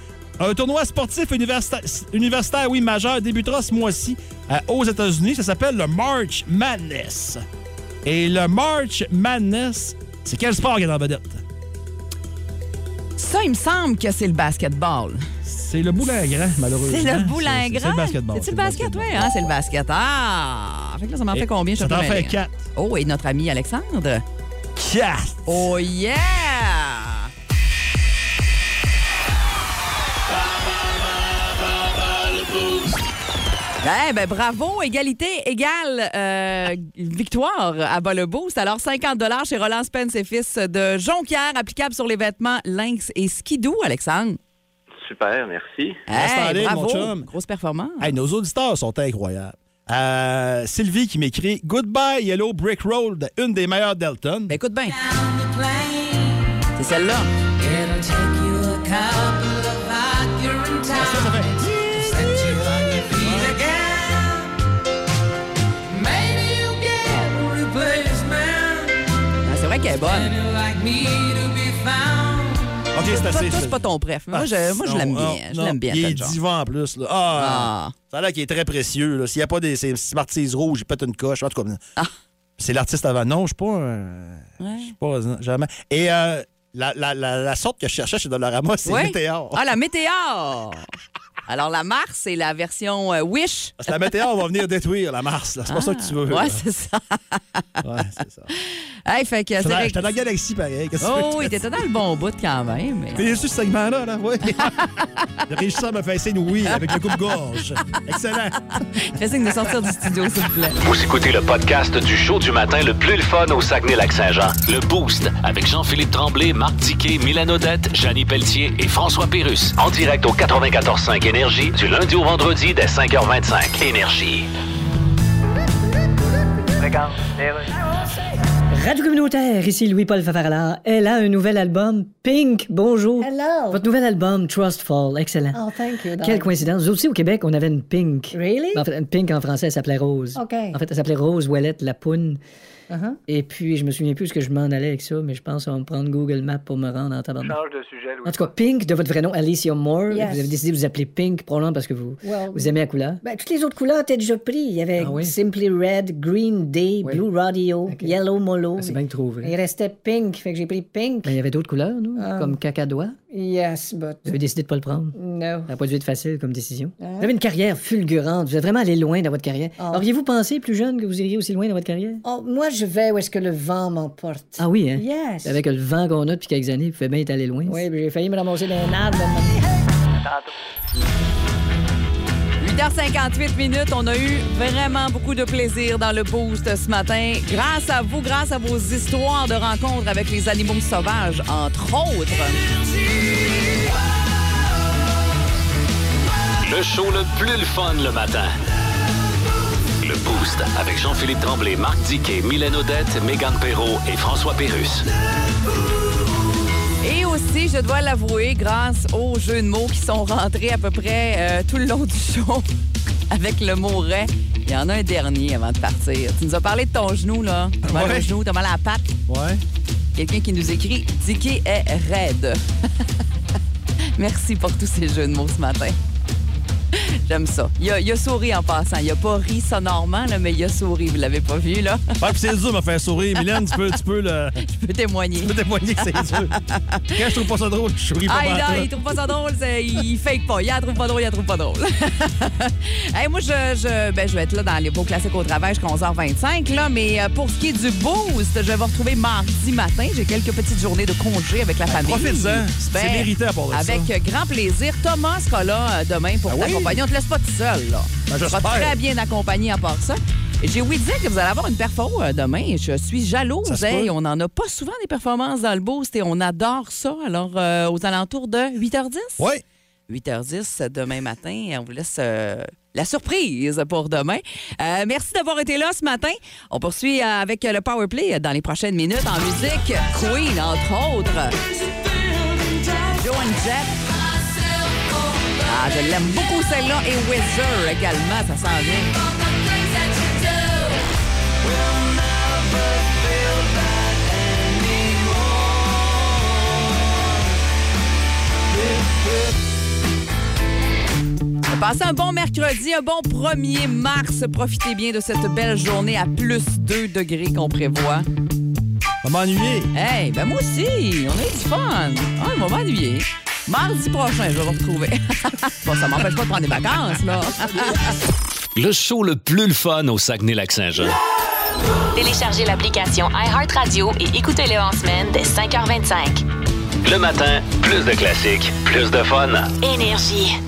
S2: Un tournoi sportif universita- universitaire, oui, majeur, débutera ce mois-ci euh, aux États-Unis. Ça s'appelle le March Madness. Et le March Madness, c'est quel sport qui est en vedette?
S1: Ça, il me semble que c'est le basketball.
S2: C'est le boulingrin, malheureusement.
S1: C'est le
S2: C'est-
S1: boulingrin.
S2: C'est le basketball.
S1: C'est-tu le basket, oui? Hein, c'est le basket. Ah! Fait que là, ça m'en
S2: Et
S1: fait combien? je
S2: ça
S1: suis
S2: t'en
S1: pas
S2: fait
S1: mêlée, hein.
S2: quatre.
S1: Oh, et notre ami Alexandre?
S2: Quatre!
S1: Oh, yeah! Eh ben, bravo, égalité égale euh, victoire à bas le boost. Alors 50 dollars chez Roland Spence et fils de Jonquière, applicable sur les vêtements Lynx et Skidoo, Alexandre.
S12: Super, merci.
S2: Reste en
S1: Eh,
S2: ligne,
S1: bravo,
S2: mon chum.
S1: grosse performance.
S2: Hey, nos auditeurs sont incroyables. Euh, Sylvie qui m'écrit Goodbye Yellow Brick Road, une des meilleures d'Elton.
S1: Ben, écoute bien. C'est celle-là. Ah, C'est vrai qu'elle est bonne.
S2: OK, c'est assez.
S1: Toi, c'est
S2: ça.
S1: pas ton préf. Moi, je, moi, je
S2: Ah,
S1: l'aime
S2: non,
S1: bien. Je
S2: non,
S1: l'aime bien,
S2: Il est
S1: Elton John.
S2: divan en plus. Là. Ah, Ça a l'air qu'il est très précieux. là. S'il n'y a pas des ces Smarties rouges, il pète une coche. En tout cas,
S1: Ah.
S2: C'est l'artiste avant. Non, je suis pas. un- Je suis pas. non, jamais. Et euh, la, la- la- la sorte que je cherchais chez Dolorama, c'est
S1: Oui.
S2: le théâtre.
S1: Ah, la météore! Alors, la Mars, c'est la version euh, Wish.
S2: Parce que la météo va venir détruire la Mars. là. C'est pas ça que tu veux.
S1: Ah. Ouais,
S2: là.
S1: c'est ça.
S2: Ouais, c'est ça.
S1: Hey, fait que
S2: J'étais
S1: c'est
S2: dans-
S1: vrai
S2: j'étais dans la galaxie, pareil. Qu'est-ce que tu veux
S1: Oh,
S2: que
S1: oui,
S2: je te
S1: t'étais dans le bon bout quand même. mais-
S2: T'es juste ce segment-là, là, oui. le régisseur me fait un signe oui avec le coupe-gorge. Excellent.
S1: Fais signe de sortir du studio, s'il vous plaît.
S3: Vous écoutez le podcast du show du matin le plus le fun au Saguenay-Lac-Saint-Jean. Le Boost avec Jean-Philippe Tremblay, Marc Tiquet, Milan Odette, Janine Pelletier et François Pérus. En direct au 94.5 Énergie du lundi au vendredi dès 5h25. Énergie.
S8: Radio communautaire, ici Louis-Paul Favarala. Elle a un nouvel album, Pink. Bonjour.
S9: Hello.
S8: Votre nouvel album, Trust Fall, excellent.
S9: Oh, thank you. darling.
S8: Quelle coïncidence. Nous aussi, au Québec, on avait une Pink.
S9: Really?
S8: En fait, une Pink en français, elle s'appelait Rose.
S9: OK.
S8: En fait, elle s'appelait Rose Ouellette Lapoune.
S9: Uh-huh.
S8: Et puis, je me souviens plus ce que je m'en allais avec ça, mais je pense qu'on va me prendre Google Maps pour me rendre en tabarnak.
S13: Change de sujet, Louis.
S8: En tout cas, Pink, de votre vrai nom, Alicia Moore,
S9: Yes.
S8: vous avez décidé de vous appeler Pink, probablement parce que vous,
S9: Well,
S8: vous aimez Ah la couleur.
S9: Ben, toutes les autres couleurs étaient déjà prises. Il y avait Simply Red, Green Day, Blue Radio, Yellow Molo.
S8: Ah, C'est bien trouvé.
S9: Il restait pink, fait que j'ai pris pink.
S8: Ben, il y avait d'autres couleurs, non?
S9: Ah.
S8: Comme cacadois.
S9: Yes, but
S8: Vous avez décidé de pas le prendre.
S9: no. Hein?
S8: Ça n'a pas dû être facile comme décision. Vous avez une carrière fulgurante. Vous êtes vraiment allé loin dans votre carrière. Auriez-vous pensé, plus jeune, que vous iriez aussi loin dans votre carrière?
S9: Ah. Oh, moi, je vais où est-ce que le vent m'emporte.
S8: Ah oui, hein?
S9: Yes.
S8: Avec le vent qu'on a depuis quelques années, vous pouvez bien être allé loin.
S9: Oui, puis j'ai failli me ramasser dans un arbre.
S1: 8h58 minutes, on a eu vraiment beaucoup de plaisir dans le boost ce matin. Grâce à vous, grâce à vos histoires de rencontres avec les animaux sauvages, entre autres.
S3: Le show le plus le fun le matin. Le Boost avec Jean-Philippe Tremblay, Marc Tiquet, Milan Odette, Megan Perrault et François Pérus.
S1: Et aussi, je dois l'avouer, grâce aux jeux de mots qui sont rentrés à peu près euh, tout le long du show avec le mot raie, il y en a un dernier avant de partir. Tu nous as parlé de ton genou, là. T'as mal au
S2: Ouais.
S1: genou, t'as mal à la patte.
S2: Ouais.
S1: Quelqu'un qui nous écrit « Dicky est raide ». Merci pour tous ces jeux de mots ce matin. J'aime ça. Il a, il a souri en passant. Il a pas ri sonorement, là, mais il a souri. Vous l'avez pas vu, là?
S2: Ouais, puis c'est dur de me faire sourire. Mylène, tu peux, tu peux le.
S1: Je peux témoigner.
S2: Tu peux témoigner que c'est dur. Quand je trouve pas ça drôle, je souris pas.
S1: Ah, il,
S2: mal,
S1: non,
S2: là.
S1: il trouve pas ça drôle, c'est- il fake pas. Il la trouve pas drôle, il la trouve pas drôle. Hey, moi, je, je- ben, je vais être là dans les beaux classiques au travail jusqu'à 11h25, là, mais euh, pour ce qui est du boost, je vais vous retrouver mardi matin. J'ai quelques petites journées de congé avec la famille.
S2: profites-en. Ben, C'est
S1: Ben,
S2: mérité à part de ça.
S1: Avec euh, grand plaisir. Thomas sera là euh, demain pour
S2: Ah oui?
S1: t'accompagner. On te laisse pas tout seul, là.
S2: Ben,
S1: Tu seras
S2: j'espère.
S1: très bien accompagné à part ça. Et J'ai ouï dire que vous allez avoir une perfo euh, demain. Je suis
S2: Ça
S1: jalouse. hein.
S2: se
S1: Hey,
S2: peut.
S1: on n'en a pas souvent des performances dans le boost et on adore ça. Alors, euh, aux alentours de 8h10?
S2: Oui.
S1: 8h10 demain matin. On vous laisse euh, la surprise pour demain. Euh, merci d'avoir été là ce matin. On poursuit euh, avec le Power Play euh, dans les prochaines minutes en musique. Queen, entre autres. Joan Jett. Ah, je l'aime beaucoup celle-là. Et Wizard également, ça sent bien. Passez un bon mercredi, un bon 1er mars. Profitez bien de cette belle journée à plus 2 degrés qu'on prévoit.
S2: On va m'ennuyer.
S1: Hey, ben moi aussi, on a eu du fun. Ah, on va m'ennuyer. Mardi prochain, je vais vous retrouver. bon, ça m'empêche pas de prendre des vacances, là.
S3: Le show le plus le fun au Saguenay-Lac-Saint-Jean.
S6: Téléchargez l'application iHeartRadio et écoutez-le en semaine dès 5h25.
S3: Le matin, plus de classiques, plus de fun.
S6: Énergie.